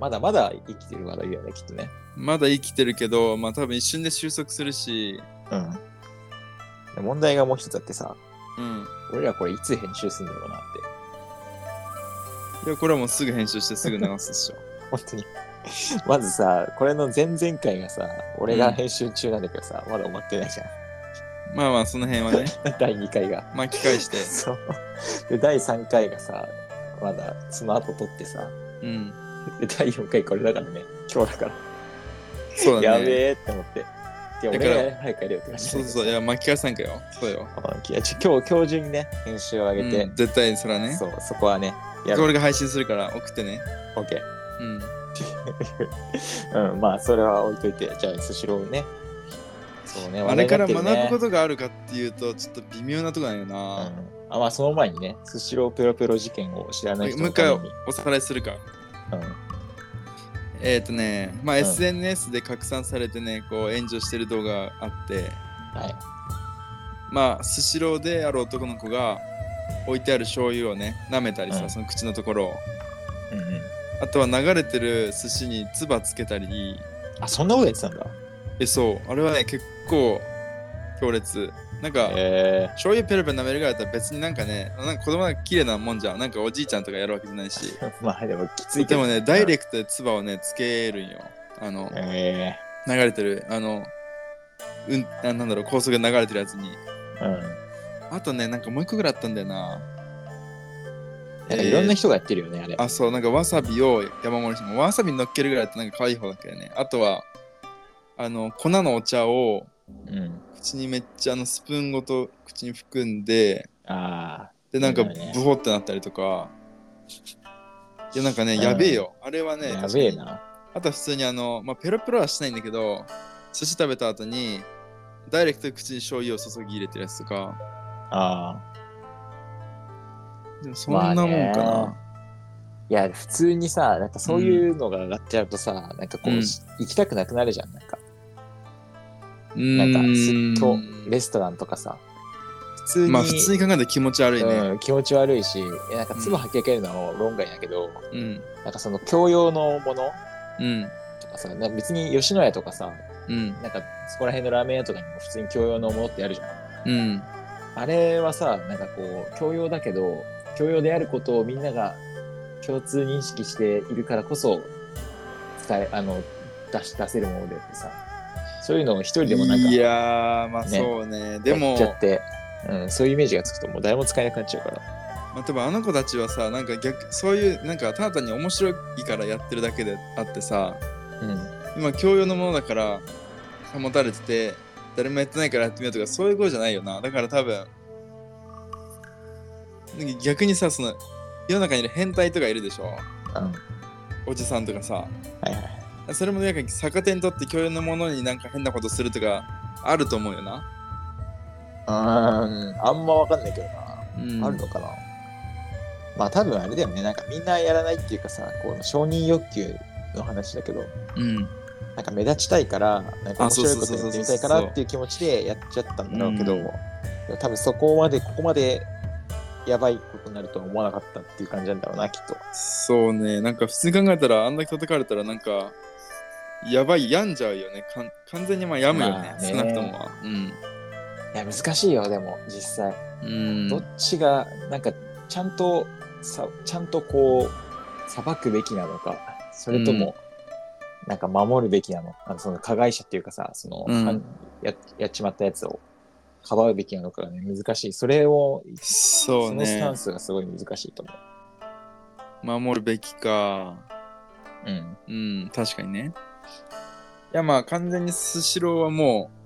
Speaker 1: まだまだ生きてる話題だよね、きっとね。
Speaker 2: まだ生きてるけど、まあ多分一瞬で収束するし、
Speaker 1: うん。で問題がもう一つあってさ、
Speaker 2: うん。
Speaker 1: 俺らこれ、いつ編集するんだろうなって。
Speaker 2: いや、これはもうすぐ編集してすぐ流すでし [laughs] ょ。
Speaker 1: 本当に。 [laughs] まずさ、これの前々回がさ、俺が編集中なんだけどさ、まだ終わってないじゃん。 [laughs]
Speaker 2: まあまあ、その辺はね、
Speaker 1: 第2回が。
Speaker 2: 巻き返して。
Speaker 1: そう。で、第3回がさ、まだその後撮ってさ、
Speaker 2: うん。
Speaker 1: で、第4回これだからね、今日だから。
Speaker 2: そう
Speaker 1: や
Speaker 2: だね。
Speaker 1: べえって思って。いや、
Speaker 2: だ
Speaker 1: 俺
Speaker 2: から
Speaker 1: がね早くやるよって感じ
Speaker 2: そうそうそう、いや、巻き返さんかよ。そうよ。
Speaker 1: あいやちょ今日、今日中にね、編集を上げて、
Speaker 2: うん、絶対それはね。
Speaker 1: そう、そこはね、やる。
Speaker 2: 俺が配信するから送ってね。
Speaker 1: OK。
Speaker 2: うん。
Speaker 1: うん、まあ、それは置いといて、じゃあ、スシローね。そうね、
Speaker 2: あれから学ぶこととがあるかっていうと、ちょっと微妙なとこなんよな。
Speaker 1: うん、あまあその前にね、スシローペロペロ事件を知らない人
Speaker 2: もう
Speaker 1: の
Speaker 2: 一回
Speaker 1: た
Speaker 2: お
Speaker 1: めに、
Speaker 2: さらいするか。
Speaker 1: うん、
Speaker 2: えっ、とね、まあ、
Speaker 1: ん
Speaker 2: SNS で拡散されてね、こう炎上してる動画があって、
Speaker 1: はい、
Speaker 2: まあ、スシローである男の子が置いてある醤油をね、舐めたり
Speaker 1: う
Speaker 2: さ、
Speaker 1: ん
Speaker 2: その口のところを。
Speaker 1: うんうん、
Speaker 2: あとは流れてる寿司に唾つけたり、
Speaker 1: あそんなことやってたんだ。
Speaker 2: え、そう、あれはね、結構強烈。なんか、
Speaker 1: え [laughs]
Speaker 2: 醤油ペロペロ舐めるぐらいだったら別になんかね、なんか子供が綺麗なもんじゃん。なんかおじいちゃんとかやるわけじゃないし。
Speaker 1: ー、まあでもきついけ
Speaker 2: で
Speaker 1: ど。
Speaker 2: もね、ダイレクトで唾をね、つけるんよ。あの、
Speaker 1: え
Speaker 2: 流れてる、あの、うん、あなんだろう、高速で流れてるやつに。
Speaker 1: ー、うん。
Speaker 2: あとね、なんかもう一個ぐらいあったんだよな。
Speaker 1: なんかいろんな人がやってるよね、あれ。
Speaker 2: あ、そう、なんかわさびを山盛りして、わさび乗っけるぐらいだってなんか可愛い方だっけどね。あとは、あの、粉のお茶を
Speaker 1: うん。
Speaker 2: 口にめっちゃあのスプーンごと口に含んで、
Speaker 1: あ
Speaker 2: で、なんか
Speaker 1: そうだよね
Speaker 2: ブホってなったりとか。いや、なんかね、
Speaker 1: うん
Speaker 2: やべえよ。あれは
Speaker 1: ー、
Speaker 2: ね、
Speaker 1: やべえな。
Speaker 2: あとは普通にあの、まあ、ペロペロはしないんだけど、寿司食べた後に、ダイレクトに口に醤油を注ぎ入れてるやつとか、
Speaker 1: ああ。
Speaker 2: でもそんなもんかな。
Speaker 1: まあねいや、普通にさ、なんかそういうのが上がっちゃうとさ、なんかこう、
Speaker 2: うん
Speaker 1: 行きたくなくなるじゃん。なんか、
Speaker 2: うー
Speaker 1: なん
Speaker 2: ん
Speaker 1: か、す今日、レストランとかさ、普通に。
Speaker 2: まあ普通に考えたら気持ち悪いね。
Speaker 1: うん、気持ち悪いし、えなんか唾吐きかけるのは論外だけど、
Speaker 2: うん。
Speaker 1: なんかその教養のもの
Speaker 2: うん。
Speaker 1: とかさ、なんか別に吉野家とかさ、
Speaker 2: うん。
Speaker 1: なんかそこら辺のラーメン屋とかにも普通に教養のものってあるじゃん。
Speaker 2: うん。
Speaker 1: あれはさ、なんかこう、教養だけど、教養であることをみんなが共通認識しているからこそ、伝え、あの、出し、出せるものでってさ、そういうのを一人でもなんか、
Speaker 2: いやー、まあ
Speaker 1: ね
Speaker 2: そうね。で
Speaker 1: や
Speaker 2: も
Speaker 1: っち、ゃって、うん、そういうイメージがつくともう誰も使えなくなっちゃうから。
Speaker 2: まあ、多分あの子たちはさ、なんか逆、そういう、なんかただ単に面白いからやってるだけであってさ、
Speaker 1: うん。
Speaker 2: 今教養のものだから保たれてて誰もやってないからやってみようとかそういうことじゃないよなだから多分なんか逆にさその世の中にいる変態とかいるでしょ
Speaker 1: うん。
Speaker 2: おじさんとかさ
Speaker 1: はいはい。
Speaker 2: それもなんか逆手にとって教養のものになんか変なことするとかあると思うよな、
Speaker 1: うん、あんまわかんないけどな。
Speaker 2: うん
Speaker 1: あるのかな、まあ多分あれだよねなんかみんなやらないっていうかさこう承認欲求の話だけど
Speaker 2: うん
Speaker 1: なんか目立ちたいからなんか面
Speaker 2: あそう
Speaker 1: 白い
Speaker 2: そ
Speaker 1: こ
Speaker 2: うそうそう
Speaker 1: とやってみたいからっていう気持ちでやっちゃったんだろうけど、
Speaker 2: うん
Speaker 1: でも多分そこまでここまでやばいことになるとは思わなかったっていう感じなんだろうなきっと
Speaker 2: そうねなんか普通に考えたらあんだけ叩かれたらなんかやばい病んじゃうよねかん完全にまあ病むよね,、
Speaker 1: まあね
Speaker 2: 少なくともはうん
Speaker 1: いや難しいよでも実際、
Speaker 2: うん
Speaker 1: どっちがなんかちゃんとさちゃんとこう裁くべきなのかそれとも、なんか守るべきなのあのその加害者っていうかさその、
Speaker 2: うん
Speaker 1: 犯ややっちまったやつをかばうべきなのかがね難しいそれを
Speaker 2: そ
Speaker 1: そうのスタ
Speaker 2: ね
Speaker 1: ンスがすごい難しいと思
Speaker 2: 守るべきか
Speaker 1: う。うん。
Speaker 2: うん確かにねいやまあ完全にスシローはもう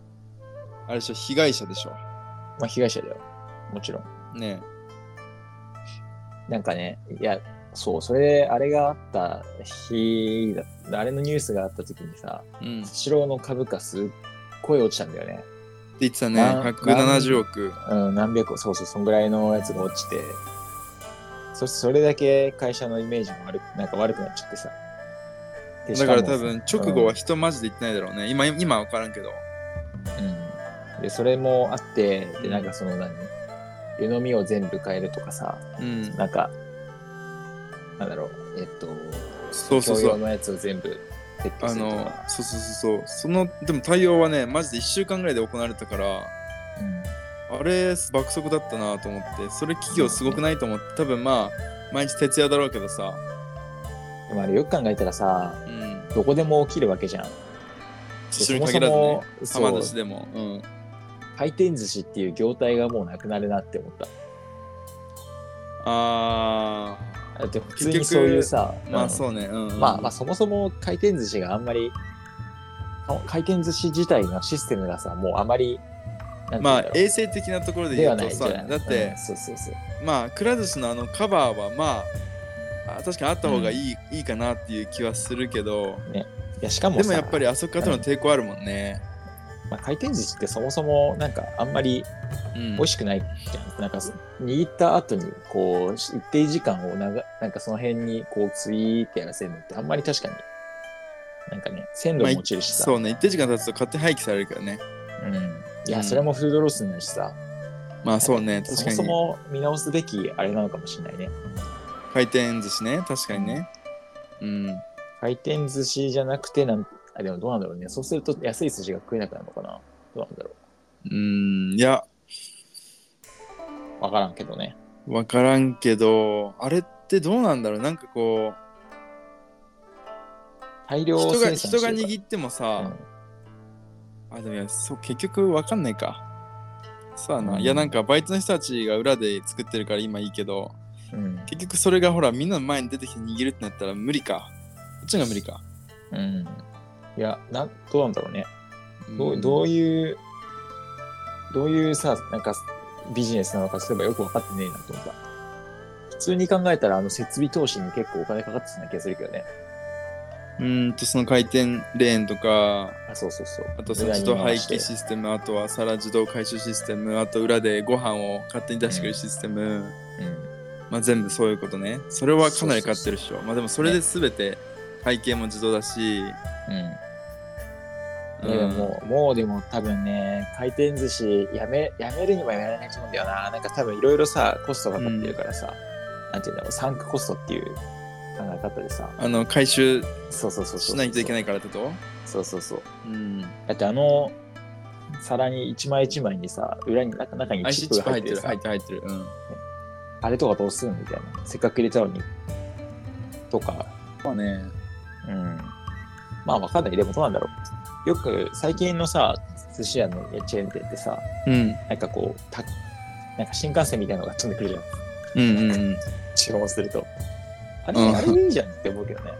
Speaker 2: あれでしょ被害者でしょ
Speaker 1: まあ被害者だよ。もちろん。
Speaker 2: ね
Speaker 1: なんかね、いや、そう、それであれがあった日だ、あれのニュースがあった時にさ、
Speaker 2: えうんって
Speaker 1: スシローの株価すっごい落ちたんだよね。
Speaker 2: 言ってたね
Speaker 1: な
Speaker 2: 170億
Speaker 1: うん、何百、そうそう、そんぐらいのやつが落ちて、そそれだけ会社のイメージも悪く、なんか悪くなっちゃってさ。で
Speaker 2: だから
Speaker 1: しも
Speaker 2: 多
Speaker 1: さ
Speaker 2: 分直後は人マジで言ってないだろうね、今今は分からんけど
Speaker 1: うんで、それもあって、で、なんかその何湯飲みを全部変えるとかさ、
Speaker 2: うん
Speaker 1: なんか、なんだろう、えっと、
Speaker 2: そうそうそう
Speaker 1: 教養のやつを全部撤去
Speaker 2: あ
Speaker 1: すると
Speaker 2: の
Speaker 1: か。
Speaker 2: そうそうそうそうそのでも対応はねマジで1週間ぐらいで行われたから
Speaker 1: うん
Speaker 2: あれ爆速だったなと思ってそれ企業すごくないと思って多分まあ毎日徹夜だろうけどさ
Speaker 1: でもあれよく考えたらさ、
Speaker 2: うん
Speaker 1: どこでも起きるわけじゃん。で
Speaker 2: それに限らずね
Speaker 1: そ
Speaker 2: は
Speaker 1: も
Speaker 2: ま寿
Speaker 1: そも
Speaker 2: 司
Speaker 1: そう
Speaker 2: でもうん
Speaker 1: 回転寿司っていう業態がもうなくなるなって思った。
Speaker 2: あ
Speaker 1: だって普通にそういうさ、
Speaker 2: ーま
Speaker 1: うん
Speaker 2: あそうねうん、うん、
Speaker 1: まあまあそもそも回転寿司があんまり、か回転寿司自体のシステムがさ、もうあまり、なんて言うん
Speaker 2: まあ
Speaker 1: だろう
Speaker 2: 衛生的なところで
Speaker 1: で
Speaker 2: 言
Speaker 1: は
Speaker 2: う
Speaker 1: な
Speaker 2: と
Speaker 1: いじ
Speaker 2: さ
Speaker 1: ゃん。
Speaker 2: だって、
Speaker 1: うんそうそうそう。
Speaker 2: まあくら寿司のあのカバーはまああ確かにあった方がいい,、いいかなっていう気はするけど
Speaker 1: いやしかも
Speaker 2: で
Speaker 1: さ
Speaker 2: もやっぱりあそこからとの抵抗あるもんね、
Speaker 1: まあ、回転寿司ってそもそもなんかあんまり
Speaker 2: うん、
Speaker 1: 美味しくないじゃん、なんか握った後にこう一定時間をながなんかその辺にこうツイーってやらせるのってあんまり確かになんかね鮮度も落ちるしさ、
Speaker 2: そうね一定時間経つと勝手に廃棄されるからね
Speaker 1: うん、いうや
Speaker 2: ん
Speaker 1: それもフードロスになるしさ、
Speaker 2: まあそうね確
Speaker 1: そ
Speaker 2: か
Speaker 1: も
Speaker 2: に
Speaker 1: そも見直すべきあれなのかもしれないね
Speaker 2: 回転寿司ね確かにねうん
Speaker 1: 回転寿司じゃなくてなんあでもどうなんだろうねそうすると安い寿司が食えなくなるのかなどうなんだろ
Speaker 2: うんいや
Speaker 1: うわからんけどね
Speaker 2: 分からんけどあれってどうなんだろうなんかこ
Speaker 1: 大
Speaker 2: う
Speaker 1: 量
Speaker 2: 人が
Speaker 1: 生産して
Speaker 2: 人
Speaker 1: るか
Speaker 2: が
Speaker 1: ら
Speaker 2: 握ってもさ、あでもいやそう結局分かんないかそうやな、
Speaker 1: うん
Speaker 2: いやなんかバイトの人たちが裏で作ってるから今いいけど
Speaker 1: うんうん
Speaker 2: 結局それがほらみんなの前に出てきて握るってなったら無理かこっちが無理か
Speaker 1: うん、いやなんどうなんだろうねどう
Speaker 2: うん
Speaker 1: どういう、どういうさ、なんかビジネスなのか、そういえばよく分かってねえなと思った。普通に考えたら、あの、設備投資に結構お金かかってたような気がするけどね。
Speaker 2: うーんとその回転レーンとか
Speaker 1: あ、そうそうそう。
Speaker 2: あとその自動
Speaker 1: 無駄
Speaker 2: 廃
Speaker 1: に回して
Speaker 2: 棄システム、あとは皿自動回収システム、あと裏でご飯を勝手に出してくれるシステム、
Speaker 1: うん。
Speaker 2: まあ全部そういうことね。それはかなり買ってるでしょ。まあでもそれで全て会計も自動だし、
Speaker 1: うん。いやでも、もうでも多分ね、回転寿司やめ、やめるにもやめられないと思うんだよな。なんか多分いろいろさ、コストがかかってるからさ、なんていうんだろう、サンクコストっていう考え方でさ、
Speaker 2: あの回収
Speaker 1: そうそうそうそう。。
Speaker 2: しないといけないいからってこと
Speaker 1: そうそうそう。
Speaker 2: うん。
Speaker 1: だってあの皿に一枚一枚にさ裏に中中にチ
Speaker 2: IC
Speaker 1: ップ
Speaker 2: チッ
Speaker 1: が
Speaker 2: プ
Speaker 1: 入
Speaker 2: 入っ
Speaker 1: ってて
Speaker 2: る、
Speaker 1: るさ
Speaker 2: 入ってる、入ってる。うん。
Speaker 1: あれとかどうするみたいなせっかく入れたのにとか
Speaker 2: まあね、
Speaker 1: うんまあわかんないでもどうなんだろうよく最近のさ寿司屋のチェーン店ってさ
Speaker 2: うん。
Speaker 1: なんかこうたなんか新幹線みたいなのが飛んでくるじゃん
Speaker 2: うんうんうん。
Speaker 1: 注文するとあれ、
Speaker 2: うん
Speaker 1: あれでいいじゃんって思うけどね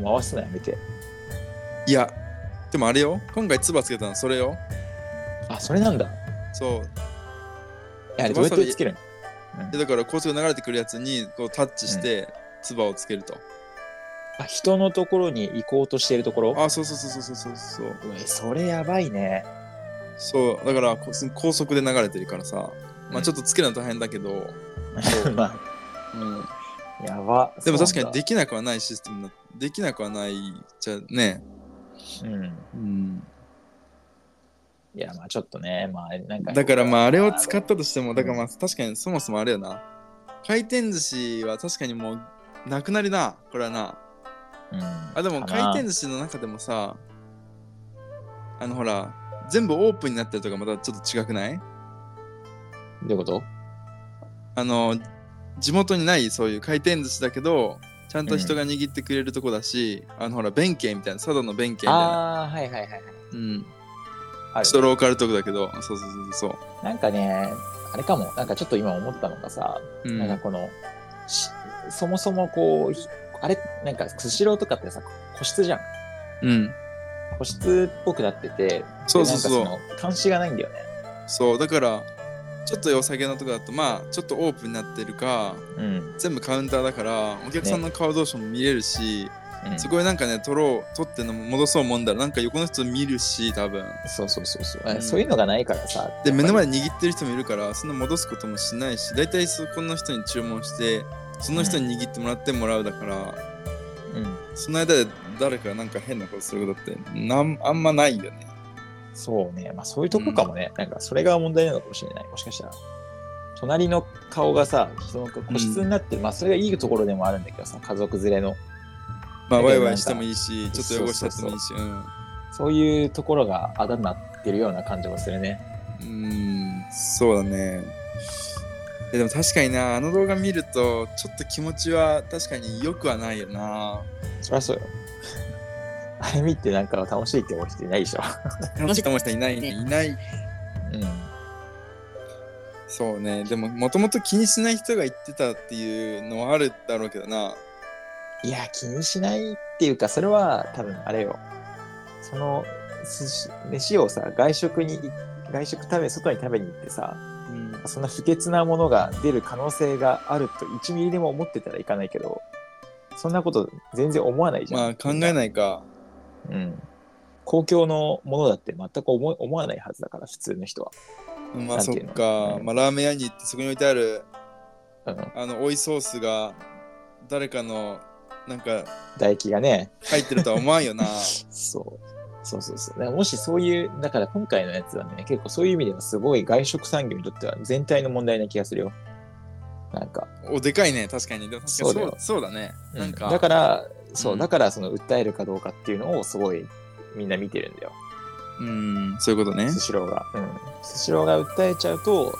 Speaker 1: もう回すのやめて
Speaker 2: いや、でもあれよ、今回ツバつけたのそれよ。
Speaker 1: あそれなんだ
Speaker 2: そう。
Speaker 1: えあれどうやってつけるの
Speaker 2: でだから高速で流れてくるやつにこうタッチして、ツバをつけると。
Speaker 1: あ人のところに行こうとしてるところ
Speaker 2: あ、そうそうそうそうそうそうそう。
Speaker 1: うわそれやばいね
Speaker 2: そう、だからこ高速で流れてるからさ、まあちょっとつけるの大変だけど、そう
Speaker 1: ま
Speaker 2: うん、
Speaker 1: あ、やば。
Speaker 2: でも確かに
Speaker 1: で
Speaker 2: できなくはないシステムだ、できなくはないじゃね、
Speaker 1: うん。
Speaker 2: うん、
Speaker 1: いや、まあちょっとね、まあなんか。
Speaker 2: だからまああれを使ったとしても、だからまあ確かにそもそもあれよな、回転寿司は確かにもうなくなりな、これはな。
Speaker 1: うん、
Speaker 2: あ、でも
Speaker 1: か
Speaker 2: 回
Speaker 1: な
Speaker 2: 転寿司の中でもさ、あのほら、全部オープンになってるとかまたちょっと違くない
Speaker 1: どういうこと
Speaker 2: あの地元にないそういう回転寿司だけどちゃんと人が握ってくれるとこだし、あのほら弁慶みたいな佐渡の弁慶みたいな、
Speaker 1: ああー、はいはいはいはい。
Speaker 2: うん、
Speaker 1: あ
Speaker 2: ちょっと
Speaker 1: る
Speaker 2: ローカルトークだけどそうそうそうそう
Speaker 1: なんかね、あれかも、なんかちょっと今思ったのがさ、
Speaker 2: う
Speaker 1: なんか
Speaker 2: ん
Speaker 1: この、しそもそもこう、ひあれ、なんかスシローとかってさ、個室じゃん。
Speaker 2: うん、
Speaker 1: 個室っぽくなってて、
Speaker 2: そうそうそう
Speaker 1: でなんかその監視がないんだよね。
Speaker 2: そうだからちょっと良さげなとこだとまあちょっとオープンになってるか
Speaker 1: うん。
Speaker 2: 全部カウンターだからお客さんの顔同士も見れるし、
Speaker 1: うん
Speaker 2: そこでなんかね取ろう取っての戻そうもんだらなんか横の人見るし多分
Speaker 1: そうそうそうそう、
Speaker 2: うん
Speaker 1: そういうのがないからさ。
Speaker 2: で目の前に握ってる人もいるからそんな戻すこともしないし大体そこの人に注文してその人に握ってもらってもらうだから、
Speaker 1: うん。
Speaker 2: その間で誰かなんか変なことすることってなんあんまないよね
Speaker 1: そうね。まあそういうとこかもね。なんかそれが問題なのかもしれない。もしかしたら。隣の顔がさ、人の個室になってる、まあそれがいいところでもあるんだけどさ、家族連れの。
Speaker 2: まあ
Speaker 1: だけど
Speaker 2: ワイワイしてもいいし
Speaker 1: か
Speaker 2: ちょっと汚しちゃってもいいしうん
Speaker 1: そういうところがあだになってるような感じもするね。
Speaker 2: うーんそうだねえでも確かになあの動画見るとちょっと気持ちは確かに良くはないよな
Speaker 1: そりゃそうよ。 [laughs] あれ見てなんか楽しいって思う人いないでしょ。
Speaker 2: 楽しいと思う人いない、
Speaker 3: ね
Speaker 2: いない
Speaker 1: うん。
Speaker 2: そうねでももともと気にしない人が言ってたっていうのはあるだろうけどない
Speaker 1: や、気にしないっていうか、それは多分あれよ。その寿司飯をさ、外食にい、外食食べ、外に食べに行ってさ、
Speaker 2: うん
Speaker 1: そんな不潔なものが出る可能性があると1ミリでも思ってたらいかないけど、そんなこと全然思わないじゃん。
Speaker 2: まあ考え
Speaker 1: い。
Speaker 2: ないか
Speaker 1: うん。公共のものだって全く思い思わないはずだから、普通の人は。
Speaker 2: まあ
Speaker 1: なんて
Speaker 2: そっ
Speaker 1: いうの
Speaker 2: か、
Speaker 1: うん
Speaker 2: まあ、ラーメン屋に行ってそこに置いてある
Speaker 1: うん。
Speaker 2: あの追いソースが誰かのなんか
Speaker 1: 唾液がね、
Speaker 2: 入ってるとは思わん
Speaker 1: [laughs]
Speaker 2: よな
Speaker 1: そう。そうそうそう。だからもしそういう、だから今回のやつはね、結構そういう意味ではすごい外食産業にとっては全体の問題な気がするよ。なんか。
Speaker 2: おでかいね確かにでも確かに
Speaker 1: そうだ
Speaker 2: そう
Speaker 1: よ
Speaker 2: そうだね、
Speaker 1: うん
Speaker 2: なんか
Speaker 1: だから、そう、
Speaker 2: うん
Speaker 1: だからその訴えるかどうかっていうのをすごいみんな見てるんだよ。
Speaker 2: うんそういうことね
Speaker 1: スシローが。うん。スシローが訴えちゃうと、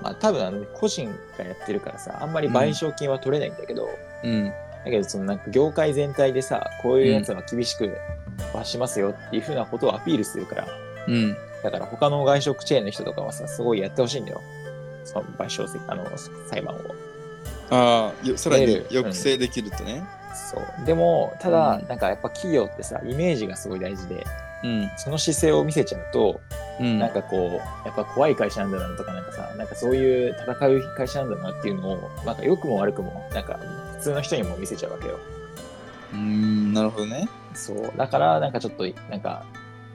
Speaker 1: まあ多分あの、ね、個人がやってるからさ、あんまり賠償金は取れないんだけど、
Speaker 2: うん
Speaker 1: だけどそのなんか業界全体でさ、こういうやつは厳しく罰しますよっていうふうなことをアピールするから、
Speaker 2: うん
Speaker 1: だから他の外食チェーンの人とかはさ、すごいやってほしいんだよ。その賠償せあの裁判を。
Speaker 2: ああよさらに
Speaker 1: メール
Speaker 2: 抑制できるとね
Speaker 1: そう。でも、ただ、
Speaker 2: うん
Speaker 1: なんかやっぱ企業ってさ、イメージがすごい大事で、
Speaker 2: うん
Speaker 1: その姿勢を見せちゃうと、
Speaker 2: うん
Speaker 1: なんかこう、やっぱ怖い会社なんだなとか、なんかさ、なんかそういう戦う会社なんだなっていうのを、なんか良くも悪くも、なんか普通の人にも見せちゃうわけよ。
Speaker 2: うんなるほどね
Speaker 1: そう。だから、なんかちょっと、なんか、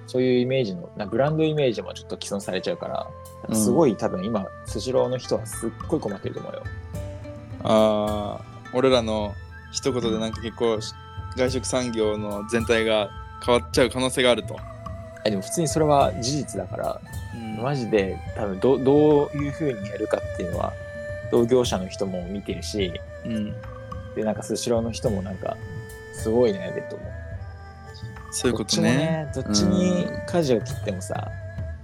Speaker 1: そういうイメージの、なんかブランドイメージもちょっと既存されちゃうから、なんかすごい多分今、スシローの人はすっごい困ってると思うよ。
Speaker 2: あー俺らの一言でなんか結構外食産業の全体が変わっちゃう可能性があると、
Speaker 1: えでも普通にそれは事実だから、マジで多分どどういうふうにやるかっていうのは同業者の人も見てるし
Speaker 2: うん、
Speaker 1: でなんかスシローの人もなんかすごい悩んでると思う
Speaker 2: そういう
Speaker 1: ど
Speaker 2: こ
Speaker 1: っち
Speaker 2: と
Speaker 1: も
Speaker 2: ね
Speaker 1: ねどっちに舵を切ってもさ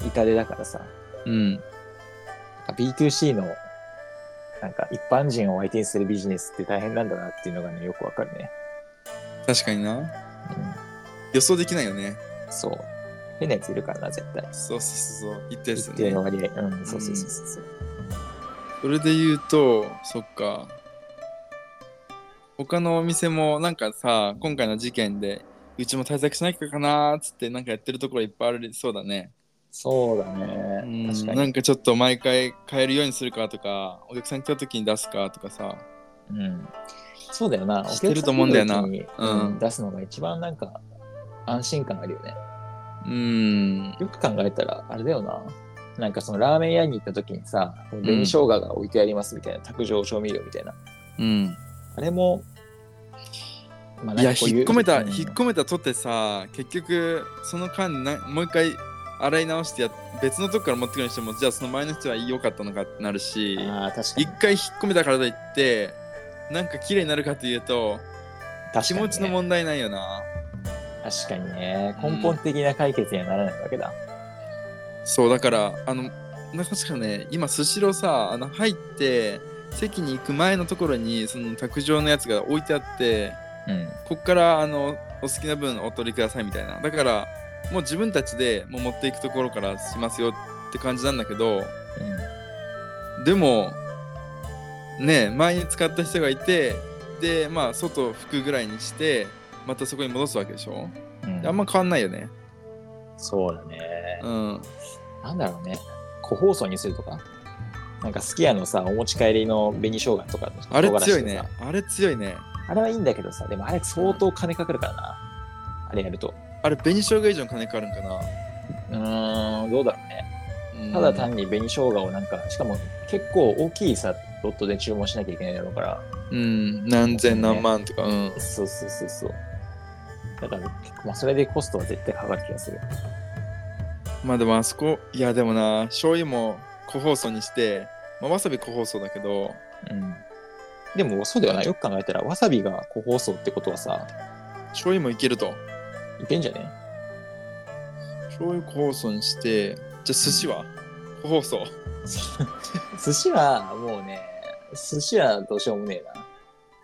Speaker 1: 痛手だからさ
Speaker 2: うん
Speaker 1: なんか B2C のなんか一般人を相手にするビジネスって大変なんだなっていうのがねよくわかるね、
Speaker 2: 確かにな
Speaker 1: う
Speaker 2: 予想できないよね
Speaker 1: ん、そう変なやついるからな絶対
Speaker 2: そうそうそうそう一定です
Speaker 1: 一
Speaker 2: よ
Speaker 1: 定の
Speaker 2: ね
Speaker 1: 割合うんそうそうそうそうそう
Speaker 2: それで言うとそっか他のお店もなんかさ今回の事件でうちも対策しなきゃかなーっつってなんかやってるところいっぱいあるそうだね
Speaker 1: そうだ
Speaker 2: う
Speaker 1: ね
Speaker 2: ん
Speaker 1: 確か
Speaker 2: な
Speaker 1: に
Speaker 2: んかちょっと毎回買えるようにするかとかお客さん来た時に出すかとかさ
Speaker 1: うんそうだよな。
Speaker 2: してると思うんだよな
Speaker 1: お客さ
Speaker 2: うん
Speaker 1: の時に出すのが一番なんか安心感あるよね。
Speaker 2: うん
Speaker 1: よく考えたら、あれだよな。なんかそのラーメン屋に行った時にさ、紅生姜が置いてありますみたいな、卓上調味料みたいな。
Speaker 2: うん
Speaker 1: あれも、まあ
Speaker 2: いや
Speaker 1: なんかこう
Speaker 2: 引っ込めた
Speaker 1: うん
Speaker 2: 引っ込めたとってさ結局その間なもう一回洗い直してや別のとこから持ってくるにしてもじゃあその前の人は良かったのかってなるし
Speaker 1: ああ、確かに
Speaker 2: 一。回引っ込めたからといってなんか綺麗になるかというと気
Speaker 1: 確かにね
Speaker 2: 持ちの問題ないよな
Speaker 1: 確かにね。根本的な解決にはならないわけだ。
Speaker 2: そうだからあのな確かね今スシローさあの入って席に行く前のところにその卓上のやつが置いてあって
Speaker 1: うん。
Speaker 2: こっからあのお好きな分お取りくださいみたいなだからもう自分たちでもう持っていくところからしますよって感じなんだけどでもねえ前に使った人がいてでまあ外服ぐらいにしてまたそこに戻すわけでしょ
Speaker 1: うん。うん
Speaker 2: あんま変わんないよね
Speaker 1: そうだね。
Speaker 2: うん
Speaker 1: なんだろうね。個包装にするとかなんかすき家のさ、お持ち帰りの紅生姜とかの
Speaker 2: あれ
Speaker 1: 唐辛
Speaker 2: 強
Speaker 1: 子とかさ
Speaker 2: いねあれ強いね
Speaker 1: あれはいいんだけどさ、でもあれ相当金かかるからな。あれやると。
Speaker 2: あれ紅生姜以上に金かかるんかな
Speaker 1: うーん、どうだろうね。
Speaker 2: うん
Speaker 1: ただ単に紅生姜をなんか、しかも結構大きいさ、ロットで注文しなきゃいけないだろうから。
Speaker 2: うん何千何万とかうん
Speaker 1: そうそうそうそう。だから結構、まあ、それでコストは絶対かかる気がする。
Speaker 2: まあでもあそこいやでもな醤油も個包装にして、まあ、わさび個包装だけど
Speaker 1: うん。でもそうだよな。よく考えたら、わさびが個包装ってことはさ、
Speaker 2: 醤油もいけると
Speaker 1: いけんじゃね
Speaker 2: 醤油個包装にしてじゃあ寿司は個包装
Speaker 1: [laughs] 寿司はもうね、寿司はどうしようもねえな。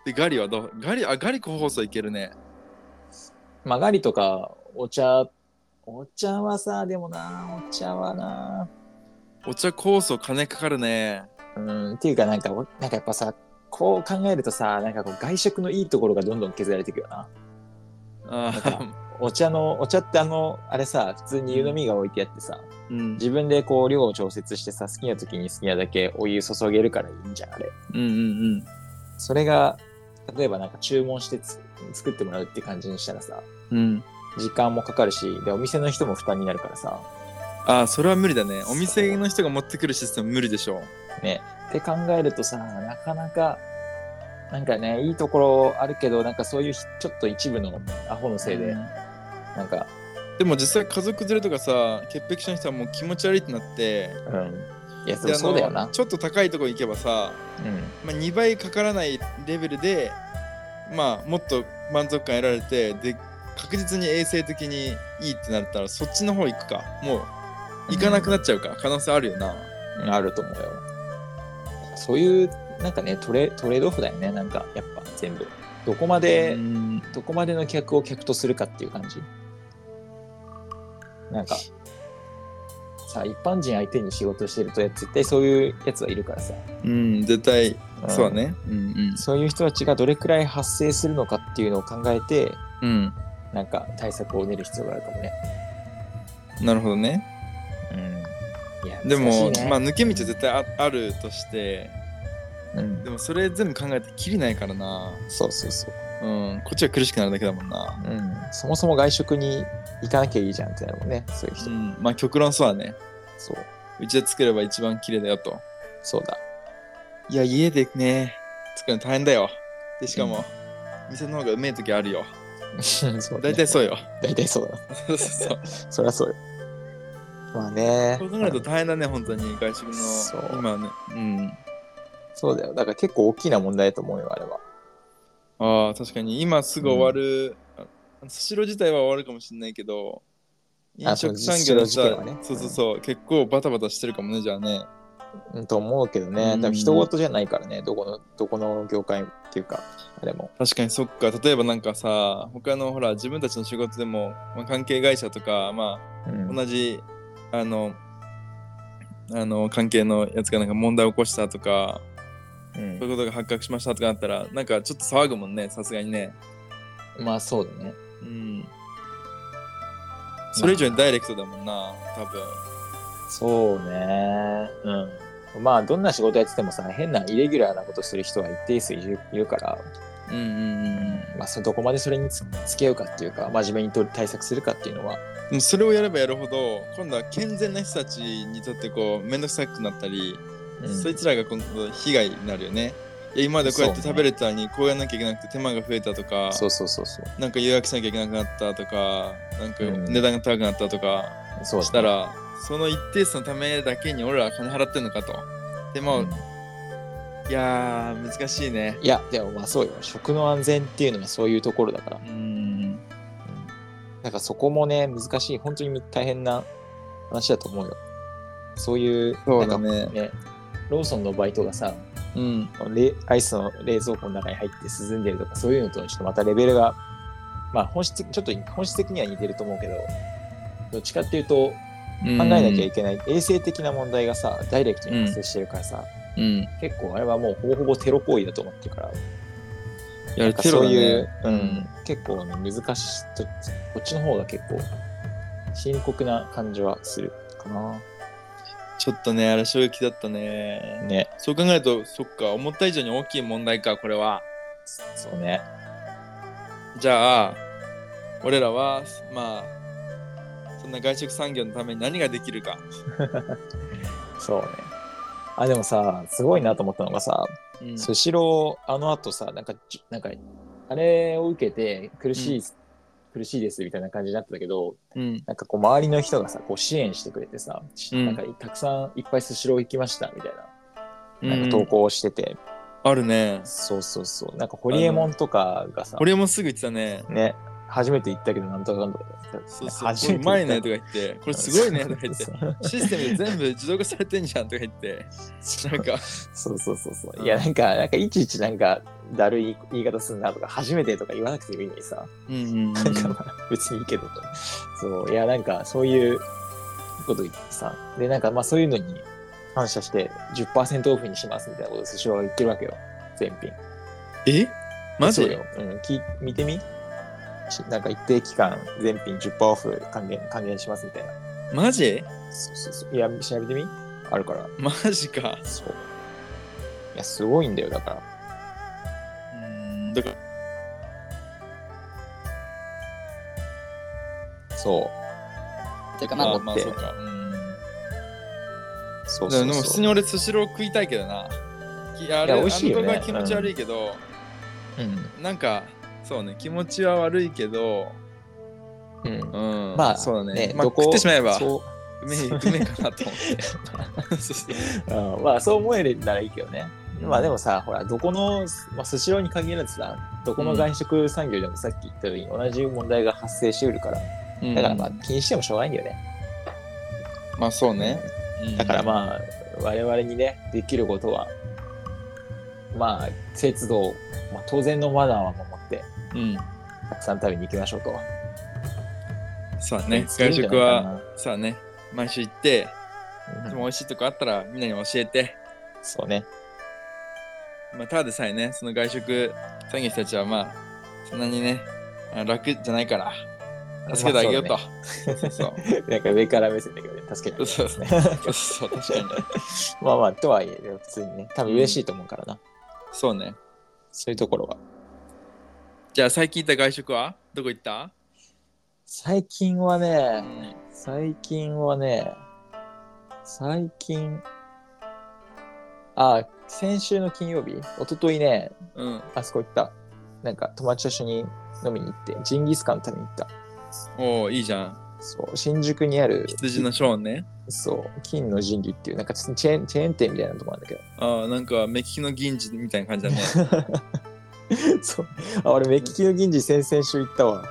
Speaker 2: でガリはどうガリあガリ個包装いけるね
Speaker 1: 曲がりとか、お茶、お茶はさ、でもな、お茶はな。
Speaker 2: お茶個包装金かかるね
Speaker 1: うん、っていうかなんか、おなんかやっぱさ、こう考えるとさ、なんかこう外食のいいところがどんどん削られていくよな。
Speaker 2: あ [laughs]
Speaker 1: なんお茶の、お茶ってあの、あれさ、普通に湯飲みが置いてあってさ、
Speaker 2: ーうん
Speaker 1: 自分でこう量を調節してさ好きな時に好きなだけお湯注げるからいいんじゃんあれ
Speaker 2: うんうん
Speaker 1: それが例えばなんか注文してつ作ってもらうって感じにしたらさ
Speaker 2: うんうん
Speaker 1: 時間もかかるしでお店の人も負担になるからさ
Speaker 2: ああそれは無理だねお店の人が持ってくるシステム無理でしょ
Speaker 1: ねって考えるとさなかなかなんかねいいところあるけどなんかそういうひちょっと一部のアホのせいで、
Speaker 2: うん
Speaker 1: なんか
Speaker 2: でも実際家族連れとかさ潔癖症の人はもう気持ち悪いってなって
Speaker 1: うんいやそ
Speaker 2: であ
Speaker 1: う
Speaker 2: の
Speaker 1: そうだよな
Speaker 2: ちょっと高いとこ行けばさ、
Speaker 1: うん
Speaker 2: まあ、2倍かからないレベルでまあもっと満足感得られてで確実に衛生的にいいってなったらそっちの方行くかもう行かなくなっちゃうか、可能性あるよな
Speaker 1: うんあると思うよそういうなんかねトレトレードオフだよねなんかやっぱ全部どこまで、
Speaker 2: うん
Speaker 1: どこまでの客を客とするかっていう感じ。なんか、さ、一般人相手に仕事してると、絶対そういうやつはいるからさ。
Speaker 2: うん絶対
Speaker 1: ん
Speaker 2: そうだ。ねうん
Speaker 1: そういう人たちがどれくらい発生するのかっていうのを考えて、
Speaker 2: うん、
Speaker 1: なんか対策を練る必要があるかもね。
Speaker 2: うん、なるほどね
Speaker 1: うん。いや、
Speaker 2: でも
Speaker 1: 難しいね
Speaker 2: まあ抜け道は絶対ああるとして
Speaker 1: うん
Speaker 2: でもそれ全部考えてきりないからな
Speaker 1: そうそうそう。
Speaker 2: うんこっちは苦しくなるだけだもんな
Speaker 1: うん。そもそも外食に行かなきゃいいじゃんってなるもんね。そういう
Speaker 2: う
Speaker 1: 人。
Speaker 2: んまあ極論そうだね
Speaker 1: そう。
Speaker 2: うちで作れば一番綺麗だよと
Speaker 1: そうだ。 [laughs]
Speaker 2: いや、家でね、作るの大変だよ。で、しかも、店の方がうめえ時あるよ。
Speaker 1: そうだ
Speaker 2: 大
Speaker 1: ね
Speaker 2: 体そう
Speaker 1: [laughs]
Speaker 2: よ。
Speaker 1: 大体そうだ。
Speaker 2: そうそう
Speaker 1: そりゃそうよ。まあね。
Speaker 2: そう考えると大変だね、本当に。外食
Speaker 1: そう
Speaker 2: の、今はね。うん。
Speaker 1: そうだよ。だから結構大きな問題だと思うよ、あれは。
Speaker 2: ああ、確かに、今すぐ終わる、あスシロー自体は終わるかもしれないけど、飲
Speaker 1: あ
Speaker 2: 食
Speaker 1: そう
Speaker 2: 産業だ
Speaker 1: スシロー事件はね
Speaker 2: そうそうそう、結構バタバタしてるかもね、じゃあね。
Speaker 1: うん、と思うけどね。
Speaker 2: うん
Speaker 1: 多分人事じゃないからね、どこの、どこの業界っていうか、あれも。
Speaker 2: 確かにそっか、例えばなんかさ、他のほら、自分たちの仕事でも、まあ、関係会社とか、まあ、
Speaker 1: うん。
Speaker 2: 同じあのあの関係のやつがなんか問題を起こしたとか
Speaker 1: うん
Speaker 2: そういうことが発覚しましたとかあったらなんかちょっと騒ぐもんねさすがにね
Speaker 1: まあそうだね。
Speaker 2: うんそれ以上にダイレクトだもんな多分
Speaker 1: そうね。うん。まあどんな仕事やっててもさ、変なイレギュラーなことする人は一定数いるいるから、
Speaker 2: うんうんうん
Speaker 1: まあそどこまでそれにつ付き合うかっていうか、真面目にと対策するかっていうのは、
Speaker 2: でもそれをやればやるほど今度は健全な人たちにとってこう面倒くさくなったり、
Speaker 1: うん
Speaker 2: そいつらが今度被害になるよねいや今までこうやって
Speaker 1: そう
Speaker 2: 食
Speaker 1: ね
Speaker 2: べれたのにこうやらなきゃいけなくて手間が増えたとか
Speaker 1: そうそうそうそう。
Speaker 2: なんか予約しなきゃいけなくなったとかなんか
Speaker 1: うん
Speaker 2: 値段が高くなったとか、
Speaker 1: そうだね
Speaker 2: したらその一定数のためだけに俺らは金払ってんのかとでも、
Speaker 1: うん
Speaker 2: いやー難しいね
Speaker 1: いや、でもまあそうよ。食の安全っていうのはそういうところだから
Speaker 2: う。ん
Speaker 1: なんかそこもね、難しい、本当に大変な話だと思うよ。そういう
Speaker 2: そうだ
Speaker 1: なん
Speaker 2: ね
Speaker 1: か。ねローソンのバイトがさ
Speaker 2: うん。
Speaker 1: レアイスの冷蔵庫の中に入って涼んでるとかそういうのとちょっとまたレベルがまあ本質的ちょっと本質的には似てると思うけどどっちかっていうと
Speaker 2: 考え
Speaker 1: 考えなきゃいけない衛生的な問題がさダイレクトに発生してるからさ、
Speaker 2: うん。い
Speaker 1: 結構あれはもうほぼほぼテロ行為だと思ってるから
Speaker 2: や、
Speaker 1: なんか
Speaker 2: テロ
Speaker 1: そう
Speaker 2: だね
Speaker 1: いう、
Speaker 2: う
Speaker 1: うんん。、結構ね難しいとこっちの方が結構深刻な感じはするかな
Speaker 2: ちょっとね、あれ衝撃だったね。
Speaker 1: ね
Speaker 2: そう考えると、そっか、思った以上に大きい問題か、これは。
Speaker 1: そうね
Speaker 2: じゃあ、俺らは、まあ、そんな外食産業のために何ができるか。
Speaker 1: そうねあでもさすごいなと思ったのがさ
Speaker 2: うん
Speaker 1: スシローあのあとさなんかじゅなんかあれを受けて苦しい、苦しいですみたいな感じになってたけど
Speaker 2: うん。
Speaker 1: なんかこう周りの人がさこう支援してくれてさ、
Speaker 2: うん
Speaker 1: なんかたくさんいっぱいスシロー行きましたみたいな
Speaker 2: う
Speaker 1: なん
Speaker 2: ん
Speaker 1: か投稿をしてて、
Speaker 2: あるね。
Speaker 1: そうそうそうなんかホリエモンとかがさ
Speaker 2: 俺もすぐ言ってたね。
Speaker 1: ね初めて行ったけどなんとかなんとか
Speaker 2: そうそう、こ
Speaker 1: [laughs] 初
Speaker 2: れ
Speaker 1: め
Speaker 2: う
Speaker 1: て
Speaker 2: ま
Speaker 1: 行
Speaker 2: い
Speaker 1: った
Speaker 2: ねとか言って、これすごいねとか言って
Speaker 1: そ、う
Speaker 2: システムで全部自動化されてんじゃんとか言って、なんか、
Speaker 1: そうそうそうそういやなんかなんかいちいちなんかだるい言い方するなとか初めてとか言わなくてもいいのにさ
Speaker 2: うんうんうん
Speaker 1: なんかまあ別にいいけどそういやなんかそういうこと言ってさでなんかまあそういうのに感謝して10%オフにしますみたいなことスシローは言ってるわけよ全品
Speaker 2: えマジ
Speaker 1: そうよ、うん、き見てみしなんか一定期間全品10%オフ還元還元しますみたいな
Speaker 2: マジ
Speaker 1: そうそうそういや調べてみあるから
Speaker 2: マジか。
Speaker 1: そういやすごいんだよだから
Speaker 2: うんだから
Speaker 1: そう
Speaker 3: てかま
Speaker 2: ま
Speaker 3: あ
Speaker 2: あまあ
Speaker 1: だって
Speaker 2: そうか。うん
Speaker 1: そう
Speaker 2: で
Speaker 1: そう
Speaker 2: も普
Speaker 1: そ
Speaker 2: 通
Speaker 1: う
Speaker 2: に俺スシロー食いたいけどな。きあれ
Speaker 1: いや美味しいよね
Speaker 2: あの動画気持ち悪いけど、
Speaker 1: うん
Speaker 2: なんかそうね気持ちは悪いけど、
Speaker 1: うん
Speaker 2: うん、
Speaker 1: まあ
Speaker 2: そうだね。
Speaker 1: ね
Speaker 2: まあ
Speaker 1: どこ
Speaker 2: 食ってしまえば
Speaker 1: そう
Speaker 2: うめえうめえかなと思
Speaker 1: [laughs]
Speaker 2: って。そうそう
Speaker 1: うんまあそう思えるならいいけどね、
Speaker 2: うん
Speaker 1: まあでもさほらどこのまあスシローに限らずさどこの外食産業でもさっき言ったように同じ問題が発生してくるからだからまあ
Speaker 2: うん
Speaker 1: 気にしてもしょうがないんだよね、
Speaker 2: まあそうね。
Speaker 1: だから
Speaker 2: あ
Speaker 1: まあ我々にねできることはまあ節度を、まあ、当然のマナーは守って
Speaker 2: うん
Speaker 1: たくさん食べに行きましょうと
Speaker 2: さあね、
Speaker 1: そ
Speaker 2: 外
Speaker 1: ういうんじゃない
Speaker 2: 食
Speaker 1: かな
Speaker 2: はさあね、毎週行って、
Speaker 1: うん
Speaker 2: でも美味しいとこあったらみんなに教えて、
Speaker 1: そうね
Speaker 2: まあ、ただでさえね、その外食産業の人たちはまあ、そんなにね、あ楽じゃないから、助けてあげようと。そうそう
Speaker 1: なんか上から目線だけどね助けてあげますね
Speaker 2: そうそう、確かに。
Speaker 1: [laughs] まあまあとはいえ普通にね多分嬉しいと思うからな、
Speaker 2: そうね。
Speaker 1: そういうところは
Speaker 2: じゃあ最近行った外食はどこ行った、
Speaker 1: 最近は
Speaker 2: う
Speaker 1: ね
Speaker 2: ん、
Speaker 1: 最近はね、最近、あ、先週の金曜日、一昨日ね、
Speaker 2: うん。
Speaker 1: あそこ行った。なんか友達と一緒に飲みに行って、ジンギスカン食べに行った。
Speaker 2: おおいいじゃん。
Speaker 1: そう、新宿にある、
Speaker 2: 羊のショーンね。
Speaker 1: そう、金の神器っていう、なんかちょっとチェーンチェーン店みたいなとこなんだけど。
Speaker 2: ああ、なんか目利きの銀次みたいな感じだね。
Speaker 1: [laughs] そう、あ、俺、目利きの銀次先々週行ったわ。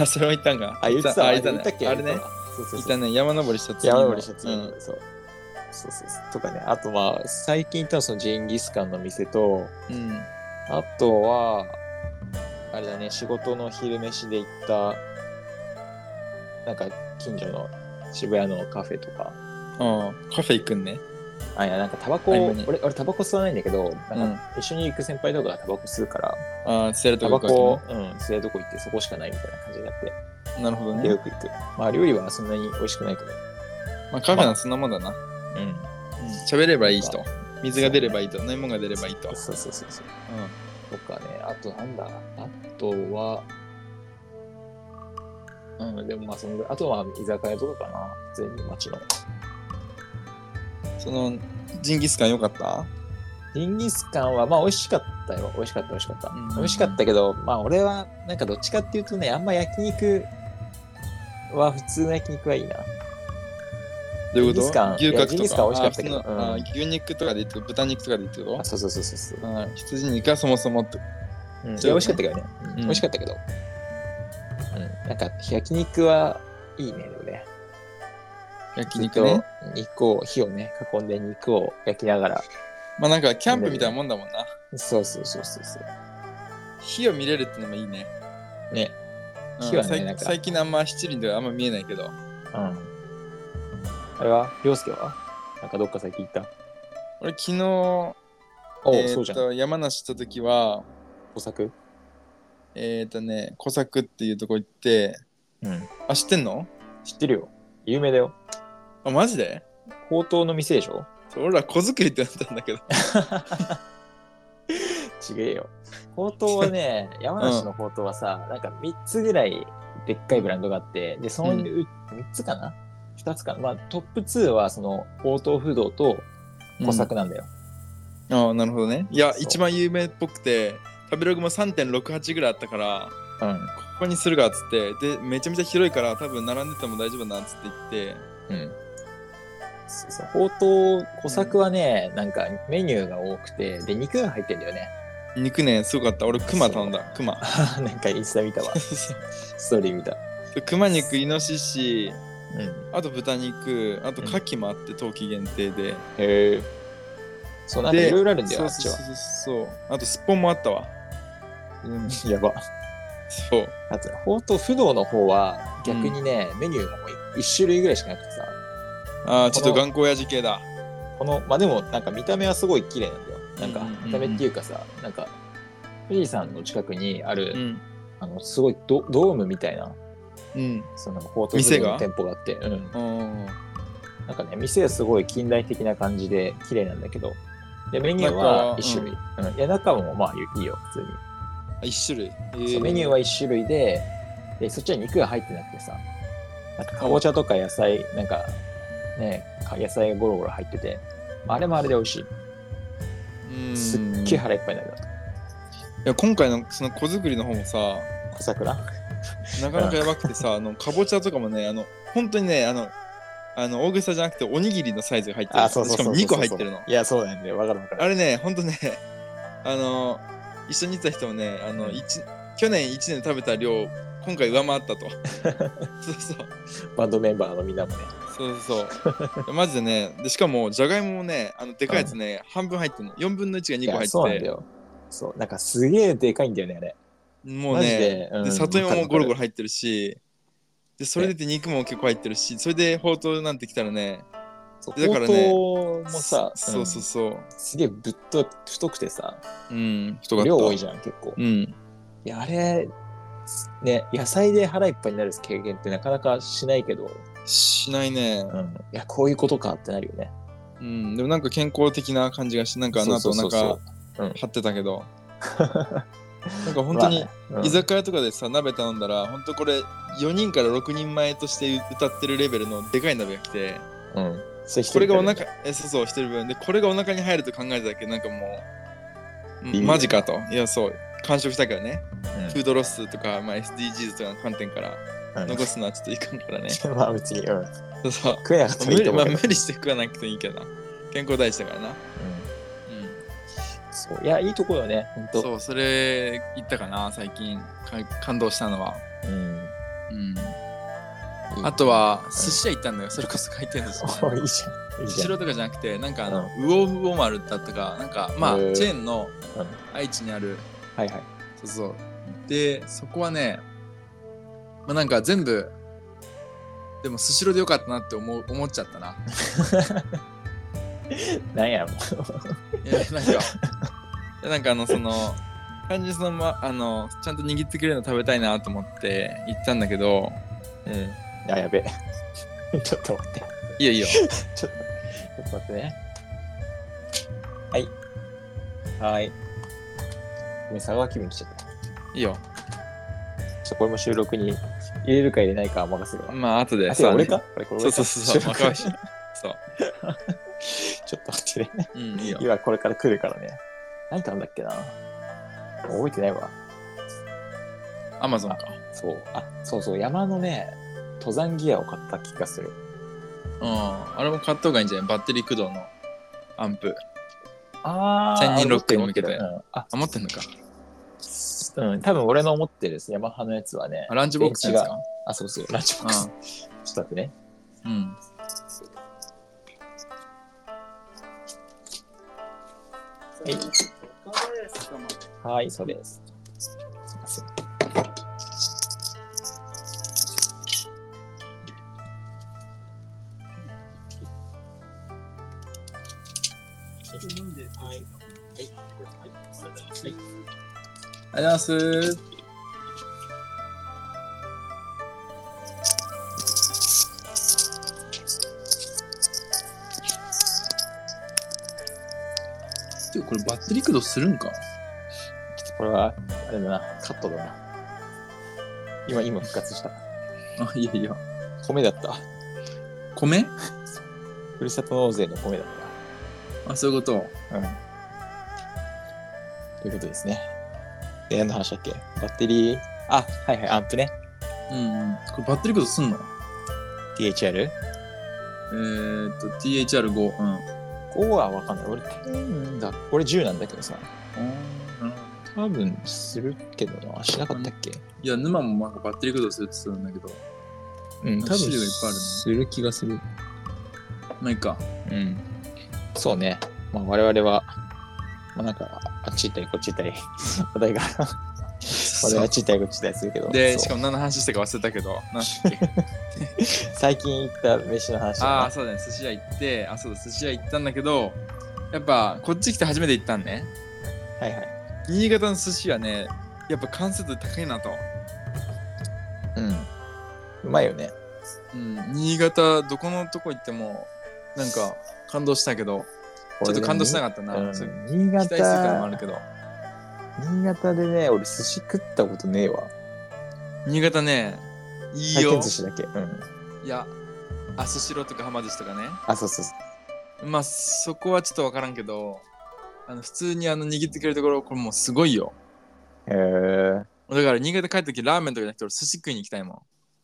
Speaker 2: あ、それも行ったんか。
Speaker 1: あ、言って
Speaker 2: あ、
Speaker 1: た、
Speaker 2: 行ったね。
Speaker 1: っけ
Speaker 2: あれね。。
Speaker 1: そうそ
Speaker 2: 行
Speaker 1: う
Speaker 2: っ
Speaker 1: そう
Speaker 2: た。ね。山登りした次の
Speaker 1: 山登りした次
Speaker 2: う
Speaker 1: の
Speaker 2: ん。
Speaker 1: そうそうそうそうとかねあとまあ最近行ったのはそのジンギスカンの店と
Speaker 2: うん。
Speaker 1: あとはあれだね仕事の昼飯で行ったなんか近所の渋谷のカフェとか
Speaker 2: ああカフェ行くんね。
Speaker 1: あいやなんかタバコ
Speaker 2: 合間に
Speaker 1: 俺俺タバコ吸わないんだけど
Speaker 2: う
Speaker 1: なん
Speaker 2: ん
Speaker 1: か。一緒に行く先輩とかがタバコ吸うから
Speaker 2: ああ、捨てると
Speaker 1: タ
Speaker 2: こ
Speaker 1: バ
Speaker 2: 行くわけね
Speaker 1: コうん吸えるとこ行ってそこしかないみたいな感じになって
Speaker 2: なるほど
Speaker 1: で
Speaker 2: ね
Speaker 1: よ。く行くまあ料理はそんなに美味しくないけど
Speaker 2: まあ、カフェなんてそんなもんだな。
Speaker 1: うん
Speaker 2: 喋、ればいい人。水が出ればいいと。飲み物が出ればいいと。
Speaker 1: そうそうそうそう
Speaker 2: う
Speaker 1: とかね、あとなんだ、あとは、うん、でもまあそのぐらい、あとは居酒屋とかかな、普通に街の。
Speaker 2: ん。その、ジンギスカン良かった
Speaker 1: ジンギスカンは、まあ美味しかったよ、美味しかった、美味しかった。
Speaker 2: うん
Speaker 1: 美味しかったけど、まあ俺は、なんかどっちかっていうとね、あんま焼肉は、普通の焼肉はいいな。
Speaker 2: どういうこ
Speaker 1: ジンギスカ
Speaker 2: と
Speaker 1: ン
Speaker 2: 牛角
Speaker 1: いやジン
Speaker 2: と
Speaker 1: ギスカン
Speaker 2: か。
Speaker 1: 美味しかったけど
Speaker 2: あ普通の
Speaker 1: うん
Speaker 2: あ牛肉とかで言って豚肉とかで言ってこ
Speaker 1: あそうそうそうそうそう
Speaker 2: と。うん羊肉はそもそもって。
Speaker 1: うん、い
Speaker 2: そう
Speaker 1: や美
Speaker 2: よね
Speaker 1: 味しかったけどね、うん
Speaker 2: ん
Speaker 1: 美味しかったけど。うん、なんか焼肉はいいね、でもね。
Speaker 2: 焼
Speaker 1: ずっ
Speaker 2: 肉
Speaker 1: と
Speaker 2: ね。
Speaker 1: 肉を、火をね、囲んで肉を焼きながら。
Speaker 2: まあなんかキャンプみたいなもんだもんな。
Speaker 1: そうそうそうそうそう。
Speaker 2: 火を見れるってのもいいね。
Speaker 1: ね。
Speaker 2: うん
Speaker 1: 火はね
Speaker 2: 最
Speaker 1: なんか
Speaker 2: 最近あんま七輪ではあんま見えないけど。
Speaker 1: うん。あれは凌介はなんかどっか先行った
Speaker 2: 俺昨日、
Speaker 1: おう
Speaker 2: え
Speaker 1: そう
Speaker 2: ー
Speaker 1: じ
Speaker 2: っ
Speaker 1: ゃん。
Speaker 2: と山梨行った時は、
Speaker 1: 小作
Speaker 2: えーっとね、小作っていうとこ行って、
Speaker 1: うん。
Speaker 2: あ、知ってんの
Speaker 1: 知ってるよ。有名だよ。
Speaker 2: あ、マジで
Speaker 1: 高等の店でしょ
Speaker 2: そう俺ら小作りってなったんだけど。
Speaker 1: ちげえよ。ほうとうは [laughs] ね、山梨のほうとうはさ、なんか3つぐらいでっかいブランドがあって、で、そのう
Speaker 2: う
Speaker 1: 3つかな ?2 つかなまあトップ2はそのほうとう不動と小作なんだよ。
Speaker 2: ああ、なるほどね。いや、
Speaker 1: そう
Speaker 2: 一番有名っぽくて、食べログも3.68ぐらいあったから、
Speaker 1: うん。
Speaker 2: ここにするかっつって、で、めちゃめちゃ広いから、多分並んでても大丈夫なっつって言って、
Speaker 1: うん。そうそう。ほうとう、小作はね、なんかメニューが多くて、で、肉が入ってんだよね。 [laughs]
Speaker 2: 肉ね、すごかった。俺、熊頼んだ、熊。 [laughs]
Speaker 1: あなんかインスタ見たわ。ストーリー見た。
Speaker 2: 熊肉、イノシシ、
Speaker 1: うん。
Speaker 2: あと豚肉、あと牡蠣もあって、冬季限定で。
Speaker 1: へえ。そう、なんか
Speaker 2: で
Speaker 1: いろいろあるんだよ、あ
Speaker 2: そう
Speaker 1: っ
Speaker 2: そ
Speaker 1: ち
Speaker 2: う
Speaker 1: は。
Speaker 2: そうそう。あと、すっぽんもあったわ。うん、
Speaker 1: やば。
Speaker 2: そう。
Speaker 1: あと、ほうとう不動の方は、逆にね、メニューがもう1種類ぐらいしかなくてさ、
Speaker 2: ああ、ちょっと頑固親父系だ。
Speaker 1: この、まあでも、なんか見た目はすごい綺麗なんだよ。なんか
Speaker 2: うんうんうん、うん
Speaker 1: 見た目っていうかさ、なんか、富士山の近くにある、
Speaker 2: うん。
Speaker 1: あの、すごいドドームみたいな、
Speaker 2: うん。
Speaker 1: その、ほうとう不
Speaker 2: 店
Speaker 1: 動の
Speaker 2: が
Speaker 1: 店舗があって、うん。
Speaker 2: うん
Speaker 1: なんかね、店はすごい近代的な感じで綺麗なんだけど、で、メニュー
Speaker 2: 中は
Speaker 1: は1種類。うん。いや、中もまあいいよ、普通に。
Speaker 2: あ一種類。
Speaker 1: そうメニュー
Speaker 2: は
Speaker 1: は1種類ででそっちは肉が入ってなくてさなんかかぼちゃとか野菜なんかねか野菜がゴロゴロ入っててあれもあれで美味しいすっげえ腹いっぱいになる
Speaker 2: いや今回のその子作りの方もさ
Speaker 1: 小桜
Speaker 2: なかなかやばくてさあのかぼちゃとかもねあの本当にねあのあの大げさじゃなくておにぎりのサイズが入ってるしかも2個入ってるの
Speaker 1: いやそうなんだよわかるわかる
Speaker 2: あれね本当ねあの一緒にいた人もねあの、
Speaker 1: うん
Speaker 2: 一去年1年で食べた量今回上回った
Speaker 1: [laughs]
Speaker 2: とそうそう
Speaker 1: バンドメンバーのみんなもね
Speaker 2: そうそうそうマジでねでしかもじゃがいももねあのでかいやつね、半分入ってるの4分の1が2
Speaker 1: いや
Speaker 2: 個
Speaker 1: そうな
Speaker 2: 入
Speaker 1: ん
Speaker 2: っ
Speaker 1: だ
Speaker 2: て
Speaker 1: よそうなんかすげえでかいんだよねあれ
Speaker 2: てもう
Speaker 1: マジ
Speaker 2: ね
Speaker 1: で,、うん
Speaker 2: で里芋もゴロゴロ
Speaker 1: わかるわかる
Speaker 2: 入ってるしでそれで肉も結構入ってるしそれでほうとうなんてきたらね
Speaker 1: そう
Speaker 2: だからね
Speaker 1: ほうとうもさ、
Speaker 2: そそうそう
Speaker 1: うん
Speaker 2: そう
Speaker 1: すげえぶっと太くてさ
Speaker 2: うん人が
Speaker 1: 量多い
Speaker 2: ゃ
Speaker 1: じゃん結構
Speaker 2: んうん
Speaker 1: いや、あれ、ね、野菜で腹いっぱいになる経験ってなかなかしないけど、
Speaker 2: しないね
Speaker 1: うん、いや、こういうことかってなるよね。
Speaker 2: うんでもなんか健康的な感じがしてなんかあの後
Speaker 1: そう
Speaker 2: な
Speaker 1: そ
Speaker 2: ん
Speaker 1: うそう
Speaker 2: か
Speaker 1: そううん
Speaker 2: 張ってたけ
Speaker 1: [laughs]
Speaker 2: どなんか本当に
Speaker 1: まあねうん
Speaker 2: 居酒屋とかでさ鍋頼んだら本当これ4人から6人前として歌ってるレベルのでかい鍋が来て
Speaker 1: うん。それ一人
Speaker 2: これがお
Speaker 1: で
Speaker 2: 腹えそうそうしてる分でこれがお腹に入ると考えただけなんかもう
Speaker 1: いいね
Speaker 2: んマジかといやそう完食したからね
Speaker 1: うん
Speaker 2: フードロスとか、まあ、SDGs とかの観点から
Speaker 1: うん
Speaker 2: 残すのはちょっといかんからね。
Speaker 1: [laughs] まあ別に、うん、
Speaker 2: そうそう
Speaker 1: 食えなかったら
Speaker 2: 無
Speaker 1: いいと
Speaker 2: 理、
Speaker 1: 思
Speaker 2: ま
Speaker 1: う
Speaker 2: あ、
Speaker 1: けど
Speaker 2: 無理して食わなくていいけどな。健康大事だからな。う
Speaker 1: うん、そういや、いいとこよね、ほん
Speaker 2: ん、
Speaker 1: と。
Speaker 2: そう、それ言ったかな、最近。か感動したのは。
Speaker 1: うん、
Speaker 2: うん、
Speaker 1: いい
Speaker 2: あと、は、寿司屋行ったんだよ。それこそ回転寿司。 [laughs]
Speaker 1: おいいじゃん。いい
Speaker 2: ス
Speaker 1: じ
Speaker 2: シ
Speaker 1: ゃん。
Speaker 2: ローとかじゃなくて、なんかあの、
Speaker 1: う
Speaker 2: ウオウオ丸だったか、なんか、まあ、
Speaker 1: へ
Speaker 2: チ
Speaker 1: ー
Speaker 2: ェーンの
Speaker 1: うん
Speaker 2: 愛知にある、
Speaker 1: はいはい。
Speaker 2: そうそう。で、そこはね、まあなんか全部、でもスシローでよかったなって思う思っちゃったな。
Speaker 1: なんやろう。 [laughs]
Speaker 2: いや、なんか、いやなんかあの、その、単純にそのま、あの、ちゃんと握ってくれるの食べたいなと思って行ったんだけど、
Speaker 1: うん。あ、やべえ。 [laughs] ちょっと待って。
Speaker 2: いいよいいよ。
Speaker 1: ちょっと待ってね。はい。はーい。ごめん、佐川気分来ちゃった。
Speaker 2: いいよ。
Speaker 1: ちょっとこれも収録に入れるか入れないかは任せるわ。
Speaker 2: まあ、後で
Speaker 1: あ、
Speaker 2: さ。
Speaker 1: そう、俺かこれこれ
Speaker 2: そ
Speaker 1: 俺
Speaker 2: う
Speaker 1: か
Speaker 2: そうそうそう。
Speaker 1: 収録
Speaker 2: 若いし。
Speaker 1: [laughs]
Speaker 2: そう。
Speaker 1: ちょっと待ってね。
Speaker 2: うん、いいよ。
Speaker 1: 今これから来るからね。何かあんだっけな覚えてないわ。
Speaker 2: アマゾンか。
Speaker 1: そう。あ、そうそう。山のね、登山ギアを買った気がする。
Speaker 2: うん。あれも買った方がいいんじゃないバッテリー駆動のアンプ。
Speaker 1: あ
Speaker 2: ー
Speaker 1: 千
Speaker 2: ロックに向けて
Speaker 1: うん、あ、
Speaker 2: あ、持ってんのか。
Speaker 1: うん。多分俺の思ってるですね。ヤマハのやつはね
Speaker 2: あ。ランチボックスのやつか。
Speaker 1: あ、そうそう。ランチボックス。ちょっと待ってね。
Speaker 2: うん。カ
Speaker 1: はい。
Speaker 2: ーレースかも
Speaker 1: はい、そうです。すいません。
Speaker 2: ありがとうござ
Speaker 3: はい。はい。
Speaker 2: います。でもこれバッテリー駆動するんか
Speaker 1: これは、あれだな、カットだな。今、今復活した。
Speaker 2: あいやいや
Speaker 1: 米だった。
Speaker 2: 米
Speaker 1: ふるさと納税の米だっ
Speaker 2: あそういうこと
Speaker 1: た。うん。ということですね。で、何の話だっけバッテリー、あ、はいはい、アンプね。
Speaker 2: うん、うん、これバッテリー駆動すんの
Speaker 1: DHR?5
Speaker 2: えー、っと THR5 うんあ
Speaker 1: はわかんない。俺、10だ。俺10なんだけどさ。
Speaker 2: ーなるほど
Speaker 1: 多分するけどな。しなかったっけ
Speaker 2: いや沼もなんかバッテリー駆動するって言ってたんだけど
Speaker 1: うん、多分
Speaker 2: 種類がいっぱいあるね
Speaker 1: する気がする。
Speaker 2: まあいいか
Speaker 1: うん。そうね。まあ、我々は、まあ、なんか、あっち行ったり、こっち行ったり、 [laughs] 話
Speaker 2: [laughs]
Speaker 1: 題が、話題があっち行ったり、こっち行ったりするけど、そ
Speaker 2: で
Speaker 1: う
Speaker 2: しかも何の話したか忘れたけど何だっ [laughs] け
Speaker 1: 最近行った飯の話
Speaker 2: ああ
Speaker 1: だ
Speaker 2: ーそうだね寿司屋行ってあそうだ寿司屋行ったんだけどやっぱこっち来て初めて行ったんね
Speaker 1: な。はいはい。
Speaker 2: 新潟の寿司はねやっぱ完成度高いなと、
Speaker 1: うん。うまいよね。
Speaker 2: うん、新潟どこのとこ行ってもなんか感動したけどちょっと感動しな
Speaker 1: か
Speaker 2: かったな、そう
Speaker 1: 新
Speaker 2: 期待するからもあ
Speaker 1: 潟
Speaker 2: る、けど
Speaker 1: 新潟でね、俺寿司食ったことねえわ。
Speaker 2: 新潟ねいい
Speaker 1: 回
Speaker 2: よ
Speaker 1: 転寿司だけ。うん。
Speaker 2: いやあスシローとかはま寿司とかね
Speaker 1: あ、そうそうそ
Speaker 2: まあそこはちょっと分からんけどあの普通にあの握ってくれるところこれもうすごいよ
Speaker 1: う。へえ
Speaker 2: だから新潟帰った時ラーメンとかじゃなくて俺寿司食いに行きたいもん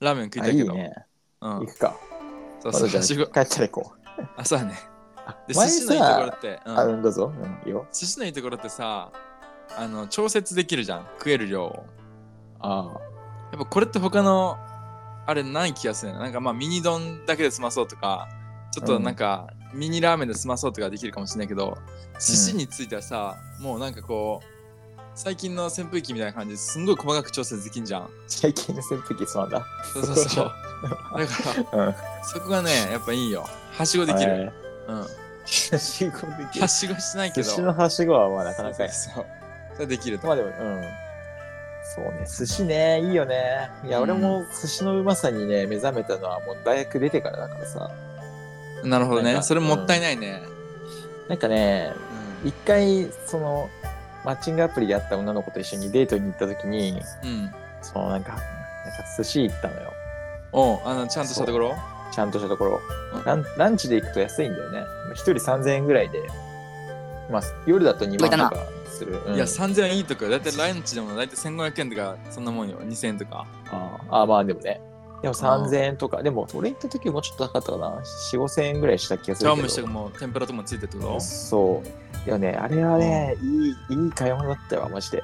Speaker 2: ラーメン食い
Speaker 1: あ。
Speaker 2: たい
Speaker 1: い
Speaker 2: け
Speaker 1: い
Speaker 2: ど
Speaker 1: ね。
Speaker 2: うん
Speaker 1: 行くか。
Speaker 2: そう
Speaker 1: ま
Speaker 2: そ
Speaker 1: だ
Speaker 2: う
Speaker 1: じゃあ
Speaker 2: はし
Speaker 1: 帰
Speaker 2: ご
Speaker 1: ったら行こう。
Speaker 2: あそうだね
Speaker 1: あ
Speaker 2: で寿
Speaker 1: 前
Speaker 2: 司のいいところ
Speaker 1: さ、
Speaker 2: って、
Speaker 1: あ、
Speaker 2: うん、
Speaker 1: うん、どうぞ。うん、いいよ。
Speaker 2: 寿司のいいところってさあの調節できるじゃん食える量を
Speaker 1: ああ。
Speaker 2: やっぱこれって他のあれない気がするねなんかまあミニ丼だけで済まそうとかちょっとなんか、ミニラーメンで済まそうとかできるかもしれないけど寿司についてはさ、もうなんかこう最近の扇風機みたいな感じですんごい細かく調節できんじゃん
Speaker 1: 最近の扇風機すまんだ。
Speaker 2: そうそうそうだから
Speaker 1: うん。
Speaker 2: そこがねやっぱいいよはしごできる、 [laughs] うん
Speaker 1: はしごでき
Speaker 2: は
Speaker 1: る。
Speaker 2: しごしないけ
Speaker 1: 寿
Speaker 2: ど
Speaker 1: 司のはしごはまあなかなかや。
Speaker 2: そうそうそれできると
Speaker 1: まあでも、うん。そうね、寿司ね、いいよね。いや、
Speaker 2: うん
Speaker 1: 俺も寿司のうまさにね、目覚めたのはもう大学出てからだからさ。
Speaker 2: なるほど
Speaker 1: な
Speaker 2: ね
Speaker 1: んか
Speaker 2: それもったいないね、
Speaker 1: なんかね、一回、その、マッチングアプリで会った女の子と一緒にデートに行った時に、
Speaker 2: うん、うん、
Speaker 1: そのなんか、なんか寿司行ったのよ。
Speaker 2: おうあのちゃんとしたところ
Speaker 1: ちゃんとしたところ
Speaker 2: うん。
Speaker 1: ランランチで行くと安いんだよね。一人3000円ぐらいで。まあ、夜だと2万とかする。うん
Speaker 2: いや3000円いいとかだいたいランチでもだいたい1500円とかそんなもんよ2000円とか
Speaker 1: あーあー、まあでもね。でも3000円とか、でも俺行った時もちょっと高かったかな。4、5000円ぐらいした気がす
Speaker 2: 茶
Speaker 1: る
Speaker 2: 碗
Speaker 1: け
Speaker 2: 蒸しと
Speaker 1: ど
Speaker 2: か。も天ぷらとかもついてるってこと
Speaker 1: そう。でもね、あれはね、いい、いい買い物だったわ、マジで。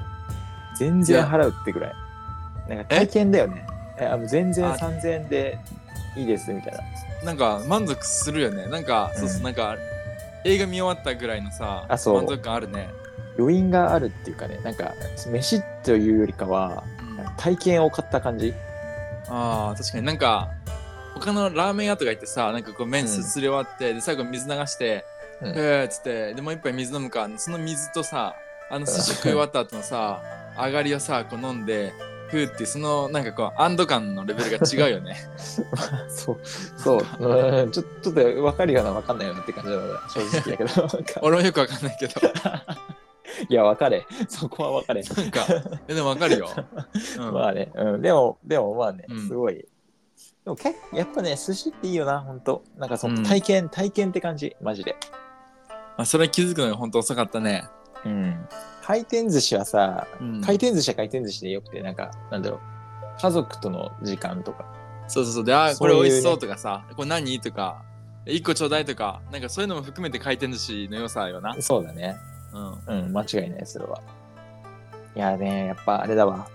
Speaker 1: 全然払うってぐらい。なんか体験だよね。えあの全然
Speaker 2: あ
Speaker 1: 3000円でいいです、みたいな。
Speaker 2: なんか満足するよねなんか、
Speaker 1: うん
Speaker 2: そうそうなんか映画見終わったぐらいのさ
Speaker 1: あそう
Speaker 2: 満足感あるね、
Speaker 1: 余韻があるっていうかね、なんか、飯というよりかは、
Speaker 2: うん
Speaker 1: なんか体験を買った感じ。
Speaker 2: あー確かになんか他のラーメン屋とか行ってさなんかこう
Speaker 1: う
Speaker 2: 麺
Speaker 1: ん
Speaker 2: すすり終わって、で最後水流して「
Speaker 1: うん
Speaker 2: へえ」っつってでもう一杯水飲むかその水とさあの寿司食い終わった後のさ上がりをさこう飲んでふーってそのなんかこう安堵感のレベルが違う
Speaker 1: [laughs]
Speaker 2: よね
Speaker 1: そう、そう、うんちょっとで分かるような分かんないようなって感じだから、正直だ
Speaker 2: [laughs]
Speaker 1: けど。なんか
Speaker 2: 俺もよくわかんないけど
Speaker 1: いや、分かれ。そこは分かれ。
Speaker 2: なん
Speaker 1: [laughs]
Speaker 2: かえでもわかるよ、うん
Speaker 1: まあね、うん、でも、でもまあね
Speaker 2: うん、
Speaker 1: すごい。でもけやっぱね、寿司っていいよな、ほんと。なんかそ
Speaker 2: うん
Speaker 1: の体験、体験って感じ、マジで。
Speaker 2: まあ、それ気づくのが本当遅かったね、
Speaker 1: うん。回転寿司はさ、
Speaker 2: うん
Speaker 1: 回転寿司は回転寿司でよくて、なんか、なんだろう。家族との時間とか。
Speaker 2: そうそうそうであーこ
Speaker 1: そうい
Speaker 2: れ
Speaker 1: うね
Speaker 2: 美味しそうとかさこれ何とか1個ちょうだいとかなんかそういうのも含めて回転寿司の良さよな、
Speaker 1: そうだね。
Speaker 2: うん、
Speaker 1: うん、間違いない、それは。いやね、やっぱあれだわ。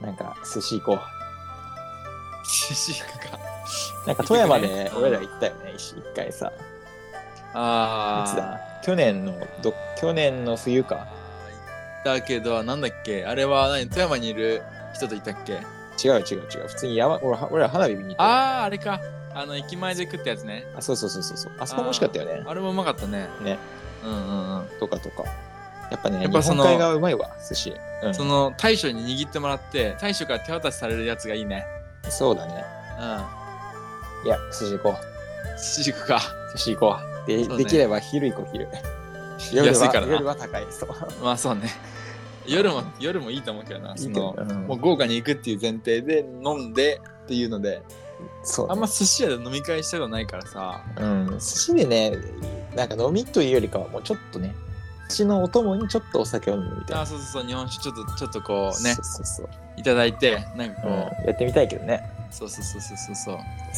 Speaker 1: なんか、寿司行こう。
Speaker 2: 寿司行くか
Speaker 1: なんか富山で
Speaker 2: 結局ね
Speaker 1: 俺ら行ったよね、一一回さ。いつ
Speaker 2: あ
Speaker 1: だ去年のど去年の冬か
Speaker 2: だけど、なんだっけあれは何富山にいる人といたっけ
Speaker 1: 違う違う違う普通に山俺は俺ら花火見に行った
Speaker 2: ああ、あれか。あの、駅前で食ったやつね。
Speaker 1: あそうそうそうそうそうあそこも美味しかったよね
Speaker 2: あれもうまかったね。
Speaker 1: ね。
Speaker 2: うんうんうん。
Speaker 1: とかとかやっぱね
Speaker 2: やっぱ
Speaker 1: 日
Speaker 2: そ
Speaker 1: 本
Speaker 2: の
Speaker 1: 海側うまいわ寿司、うん、
Speaker 2: そ
Speaker 1: そ
Speaker 2: の、大将に握ってもらって、大将から手渡しされるやつがいいね。
Speaker 1: うだね
Speaker 2: うん。
Speaker 1: いや寿司行こ
Speaker 2: 寿司行くか。
Speaker 1: う寿司行こうで
Speaker 2: そうね
Speaker 1: できれば昼行こう昼夜
Speaker 2: [laughs] 安い
Speaker 1: は
Speaker 2: から
Speaker 1: 夜
Speaker 2: な。
Speaker 1: は高いそう
Speaker 2: まあそうね。夜も、夜もいいと思うけどな。
Speaker 1: い
Speaker 2: そ
Speaker 1: いけど
Speaker 2: の、
Speaker 1: うん
Speaker 2: もう豪華に行くっていう前提で飲んでっていうので、
Speaker 1: そうね
Speaker 2: あんま寿司屋で飲み会したことないからさ。
Speaker 1: うん、寿司でねなんか飲みというよりかはもうちょっとね寿司のお供にちょっとお酒を飲むみたい
Speaker 2: あ
Speaker 1: な
Speaker 2: ーそうそうそう、日本酒ちょっと、ちょっとこうね
Speaker 1: そ、うそうそう、
Speaker 2: いただいて、なんか
Speaker 1: う
Speaker 2: こ
Speaker 1: ん
Speaker 2: う、
Speaker 1: やってみたいけどね
Speaker 2: そうそうそうそうそう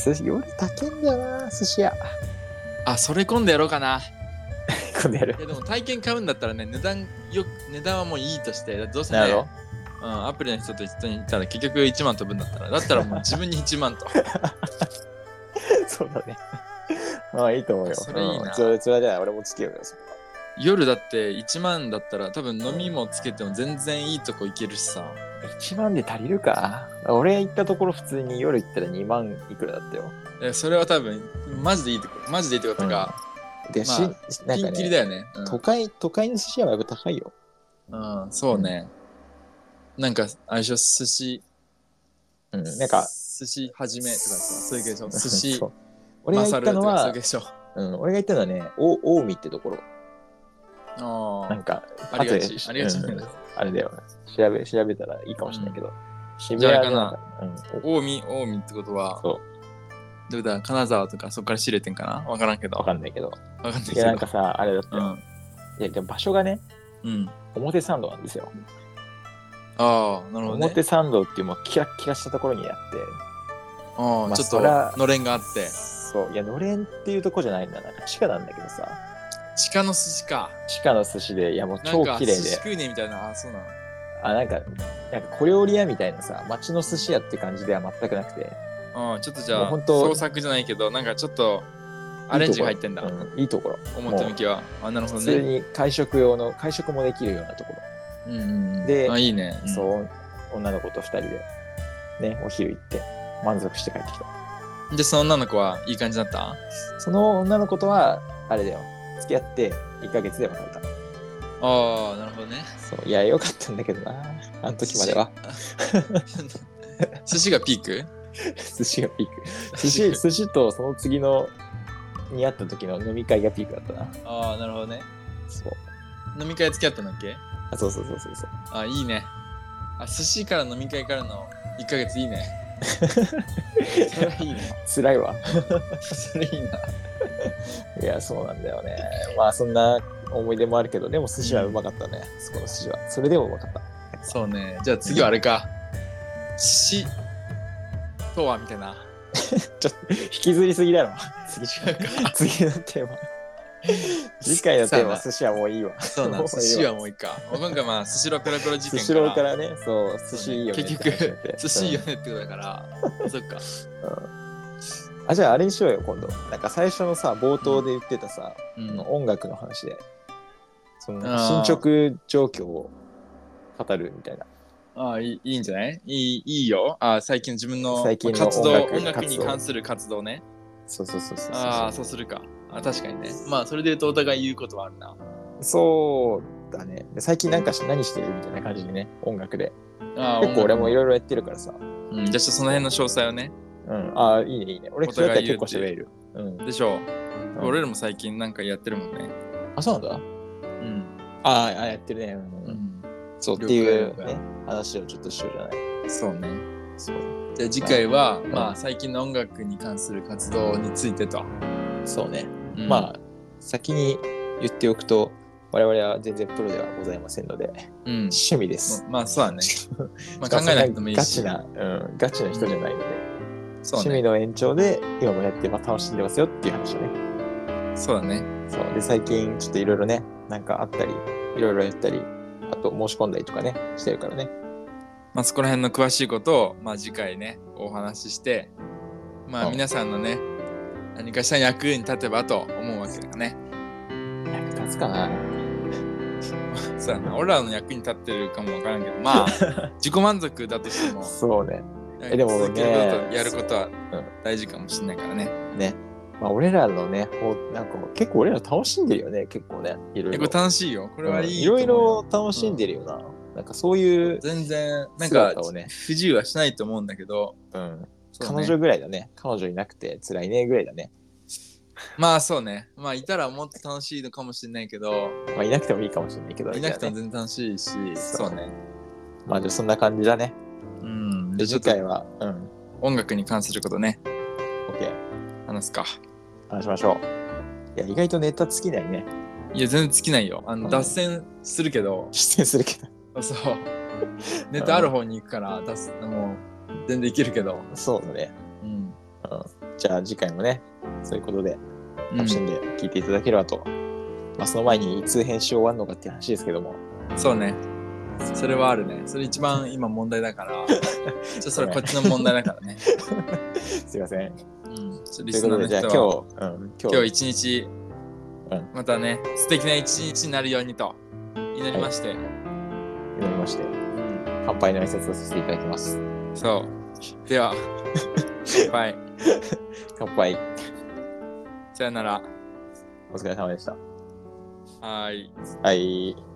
Speaker 2: そう。
Speaker 1: 寿司夜高いんだよな寿司屋 [laughs]
Speaker 2: あ、それ今度やろうかな。
Speaker 1: 今度やる
Speaker 2: いやでも体験買うんだったらね、値段よく、値段はもういいとして、だってどうせ
Speaker 1: な
Speaker 2: ね
Speaker 1: るほ、
Speaker 2: うん、アプリの人と一緒にいたら結局1万飛ぶんだったら、だったらもう自分に1万と。
Speaker 1: どそうだねああいいと思うよ
Speaker 2: それいいな
Speaker 1: うん、それそれじゃあ俺もつけようよそれ
Speaker 2: 夜だって1万だったら多分飲みもつけても全然いいとこ行けるしさ。
Speaker 1: 1万で足りるか俺行ったところ普通に夜行ったら2万いくらだったよ
Speaker 2: いやそれは多分、マジでいいとこ、マジでいいとことか、
Speaker 1: で、
Speaker 2: まあ
Speaker 1: しな
Speaker 2: ピ
Speaker 1: んか
Speaker 2: ンキリ
Speaker 1: ね
Speaker 2: だよね。
Speaker 1: 都会都会の寿司屋はやっぱ高いよ
Speaker 2: うん、うん、そうね。なんか、あれでしょ、寿司、
Speaker 1: うんなんか
Speaker 2: 寿司始めとかさ、そういう系でしょ、寿司
Speaker 1: そう、俺が行ったの
Speaker 2: マサルとかそうい
Speaker 1: は
Speaker 2: う系でしょ。
Speaker 1: うん、俺が行ったのはね、お近江ってところ。
Speaker 2: あ
Speaker 1: なんか、
Speaker 2: あ、ありがち
Speaker 1: 後で、
Speaker 2: ありがち
Speaker 1: う。んあれだよ。調べ、調べたらいいかもしれないけど。渋
Speaker 2: じゃあ
Speaker 1: 谷
Speaker 2: あれかな
Speaker 1: のうん、
Speaker 2: 近江、近江ってことは、
Speaker 1: そ
Speaker 2: どうだ、金沢とかそこから知れてんかなわからんけ
Speaker 1: う、
Speaker 2: ど。わ
Speaker 1: わ
Speaker 2: か
Speaker 1: かんないけど。
Speaker 2: んないけ
Speaker 1: い
Speaker 2: ど。
Speaker 1: や、なんかさ、あれだった
Speaker 2: う
Speaker 1: よ。
Speaker 2: ん。
Speaker 1: いや、でも場所がね、
Speaker 2: うん。
Speaker 1: 表参道なんですよ。
Speaker 2: ああ、なるほどね。
Speaker 1: 表参道っていうもうキラッキラしたところにあって。
Speaker 2: あ
Speaker 1: ま
Speaker 2: あ、
Speaker 1: あ
Speaker 2: ちょっ
Speaker 1: そりゃ
Speaker 2: と、のれんがあって。
Speaker 1: そう、いや、のれんっていうとこじゃないんだ。なんか地下なんだけどさ。
Speaker 2: 地下の寿司か。
Speaker 1: 地下の寿司で、いや、もう
Speaker 2: なん
Speaker 1: 超
Speaker 2: か、
Speaker 1: 綺
Speaker 2: 寿
Speaker 1: 麗
Speaker 2: 司
Speaker 1: で。
Speaker 2: 食うねみたいな。ああ、そうなの。
Speaker 1: あ、なんか、なんか小料理屋みたいなさ、街の寿司屋って感じでは全くなくて。
Speaker 2: ああ、ちょっとじ
Speaker 1: も
Speaker 2: ゃ
Speaker 1: う
Speaker 2: あ、
Speaker 1: 本当
Speaker 2: 創作じゃないけど、なんかちょっと、アレンジが入ってんだ。
Speaker 1: うんいいところ。
Speaker 2: 表向きは。あ、なるほ
Speaker 1: 普
Speaker 2: ど
Speaker 1: 通
Speaker 2: ね。
Speaker 1: に会食用の会食もできるようなところ、
Speaker 2: うんうんうん。
Speaker 1: で
Speaker 2: あ、いいね。うん。
Speaker 1: そう女の子と2人でねお昼行って満足して帰ってきた
Speaker 2: で、その女の子はいい感じだった
Speaker 1: その女の子とはあれだよ付き合って1ヶ月で別れた
Speaker 2: ああ、なるほどね。
Speaker 1: そういやよかったんだけどなあの時までは
Speaker 2: 寿司がピーク
Speaker 1: 寿司がピーク寿司寿司とその次のに会った時の飲み会がピークだったな
Speaker 2: ああ、なるほどね。
Speaker 1: そう
Speaker 2: 飲み会付き合ったんだっけ
Speaker 1: あそうそうそうそうそう
Speaker 2: あ、いいね。あ、寿司から飲み会からの1ヶ月いい
Speaker 1: [laughs]
Speaker 2: ね。それはいいね。
Speaker 1: 辛いわ
Speaker 2: それいいな。
Speaker 1: [laughs] いやそうなんだよねまあそんな思い出もあるけどでも寿司はうまかったね、そこの寿司はそれでもうまかった
Speaker 2: そうね。じゃあ次はあれか。寿司とはみたいな。
Speaker 1: ちょっと引きずりすぎだろ。次 [laughs] 次のテーマ。次回のテーマ、
Speaker 2: さ
Speaker 1: 寿司はもういいわ。
Speaker 2: あそうなの。
Speaker 1: もう [laughs] いい
Speaker 2: 寿
Speaker 1: わ
Speaker 2: 司はもういいか。もう今回まあ、寿司ロペロペロ事
Speaker 1: 寿
Speaker 2: 件
Speaker 1: 司
Speaker 2: か
Speaker 1: ロー
Speaker 2: ら。
Speaker 1: からね、そう、寿
Speaker 2: そ
Speaker 1: 司
Speaker 2: う
Speaker 1: いい
Speaker 2: ね
Speaker 1: よね。
Speaker 2: 結
Speaker 1: って話になっ
Speaker 2: 局
Speaker 1: て、
Speaker 2: 寿司いいよねってことだ
Speaker 1: [laughs]
Speaker 2: から。そっか。
Speaker 1: うんあ、じゃああれにしようよ、今度。なんか最初のさ、冒頭で言ってたさ、
Speaker 2: うん。
Speaker 1: 音楽の話で、その進
Speaker 2: あー
Speaker 1: 捗状況を語るみたいな。
Speaker 2: ああいいいいんじゃないいいいいよ。ああ最近自分の
Speaker 1: 最近の
Speaker 2: 活動
Speaker 1: 音楽
Speaker 2: 音楽に
Speaker 1: 活動
Speaker 2: 関する活動ね。
Speaker 1: そうそうそうそう。
Speaker 2: ああ、そうするか。あ確かにね。まあ、それで言うとお互い言うことはあるな。
Speaker 1: そうだね。で最近なんかし何してるみたいな感じでね、音楽で。
Speaker 2: ああ
Speaker 1: [laughs] 結構俺もい
Speaker 2: ろ、
Speaker 1: ろいろやってるからさ。
Speaker 2: うん。じゃあ、ちょっとその辺の詳細をね。
Speaker 1: うん、ああ、いいね、いいね。俺、
Speaker 2: お
Speaker 1: それだっ
Speaker 2: 互
Speaker 1: た
Speaker 2: い
Speaker 1: ら
Speaker 2: 言
Speaker 1: 結
Speaker 2: う
Speaker 1: 構喋れる。うん。
Speaker 2: でしょう。
Speaker 1: うん
Speaker 2: 俺らも最近なんかやってるもんね。
Speaker 1: あ、そうなんだ。
Speaker 2: うん。
Speaker 1: ああ、やってるね。そうっていう、ね、話をちょっとしようじゃない。
Speaker 2: そうね。
Speaker 1: そう
Speaker 2: じゃあ、次回は、
Speaker 1: ん
Speaker 2: まあ、最近の音楽に関する活動についてと。
Speaker 1: そうね。
Speaker 2: うん
Speaker 1: まあ、先に言っておくと、我々は全然プロではございませんので、 [laughs]
Speaker 2: うん。
Speaker 1: 趣味です。
Speaker 2: まあ、そうだね。まあ、考えなくてもいいし。
Speaker 1: ガチな、うん、ガチな人じゃないので、
Speaker 2: そう
Speaker 1: 趣
Speaker 2: ね。
Speaker 1: 味の延長で今もやって、まあ、楽しんでますよっていう話ね。
Speaker 2: そうだね。
Speaker 1: そう。で、最近ちょっといろいろね、なんかあったり、いろいろやったり、あと申し込んだりとかね、してるからね。
Speaker 2: まあ、そこら辺の詳しいことを、まあ、次回ね、お話しして、ま
Speaker 1: う
Speaker 2: あ、
Speaker 1: ん
Speaker 2: 皆さんのね、何かしら役に立てばと思うわけだね。
Speaker 1: 役立立つかな
Speaker 2: そうやな俺らの役に立ってるかもわからんけど
Speaker 1: [laughs]
Speaker 2: まあ自己満足だとしても
Speaker 1: そうね。
Speaker 2: え
Speaker 1: でもね
Speaker 2: 続けることやることは大事かもしれないからね。
Speaker 1: ね。まあ、俺らのね、ほうなんか結構俺ら楽しんでるよね、結構ね。いろい
Speaker 2: え
Speaker 1: ろ
Speaker 2: これ。楽しいよ。これはいい。
Speaker 1: いろい。ろ楽しんでるよな。なんかそういう、
Speaker 2: 全然、なんか
Speaker 1: 姿をね、
Speaker 2: 不自由はしないと思うんだけど、
Speaker 1: うん、
Speaker 2: そうね
Speaker 1: 彼女ぐらいだね。彼女いなくて辛いねぐらいだね。
Speaker 2: まあそうね。まあいたらもっと楽しいのかもしれないけど、
Speaker 1: まあ、いなくてもいいかもしれないけど。
Speaker 2: いなくても
Speaker 1: ね、
Speaker 2: 全然楽しいし、
Speaker 1: そ
Speaker 2: そううね。
Speaker 1: まあ、でもそんな感じだね。
Speaker 2: うん。
Speaker 1: で、
Speaker 2: で、ちょ
Speaker 1: 次
Speaker 2: っと
Speaker 1: 回は、うん、
Speaker 2: 音楽に関することね、
Speaker 1: OK、
Speaker 2: 話すか。
Speaker 1: 話しましょう。いや、意外とネタ尽きないね。
Speaker 2: いや、全然尽きないよ。あ
Speaker 1: う
Speaker 2: の、
Speaker 1: ん
Speaker 2: 脱線するけど、
Speaker 1: 出演する
Speaker 2: [laughs]
Speaker 1: けど。
Speaker 2: そう。ネタある方に行くから、脱す、もう、全然いけるけど。
Speaker 1: そうだね。
Speaker 2: うん。
Speaker 1: じゃあ次回もね、そういうことで
Speaker 2: うん
Speaker 1: 楽しんで聞いていただければと。まあ、その前にいつ編集終わるのかっていう話ですけども。 [laughs]
Speaker 2: そうね。それはあるね。それ一番今問題だ
Speaker 1: [laughs]
Speaker 2: から。ちょっとそれこっちの問題だからね。
Speaker 1: すいません。
Speaker 2: うん。ちょっとリ
Speaker 1: という
Speaker 2: ス
Speaker 1: こ
Speaker 2: ナー
Speaker 1: と
Speaker 2: の
Speaker 1: で、じゃ
Speaker 2: 人
Speaker 1: あ今
Speaker 2: は
Speaker 1: 日、うん、今日
Speaker 2: 今日一日、
Speaker 1: うん
Speaker 2: またね、素敵な一日になるようにと祈りまして。
Speaker 1: 祈りまして、乾杯の挨拶をさせていただきます。
Speaker 2: そう。では、 [laughs] 乾杯。
Speaker 1: 乾杯、
Speaker 2: さよなら。
Speaker 1: お疲れ様でした。
Speaker 2: はーい。
Speaker 1: はい。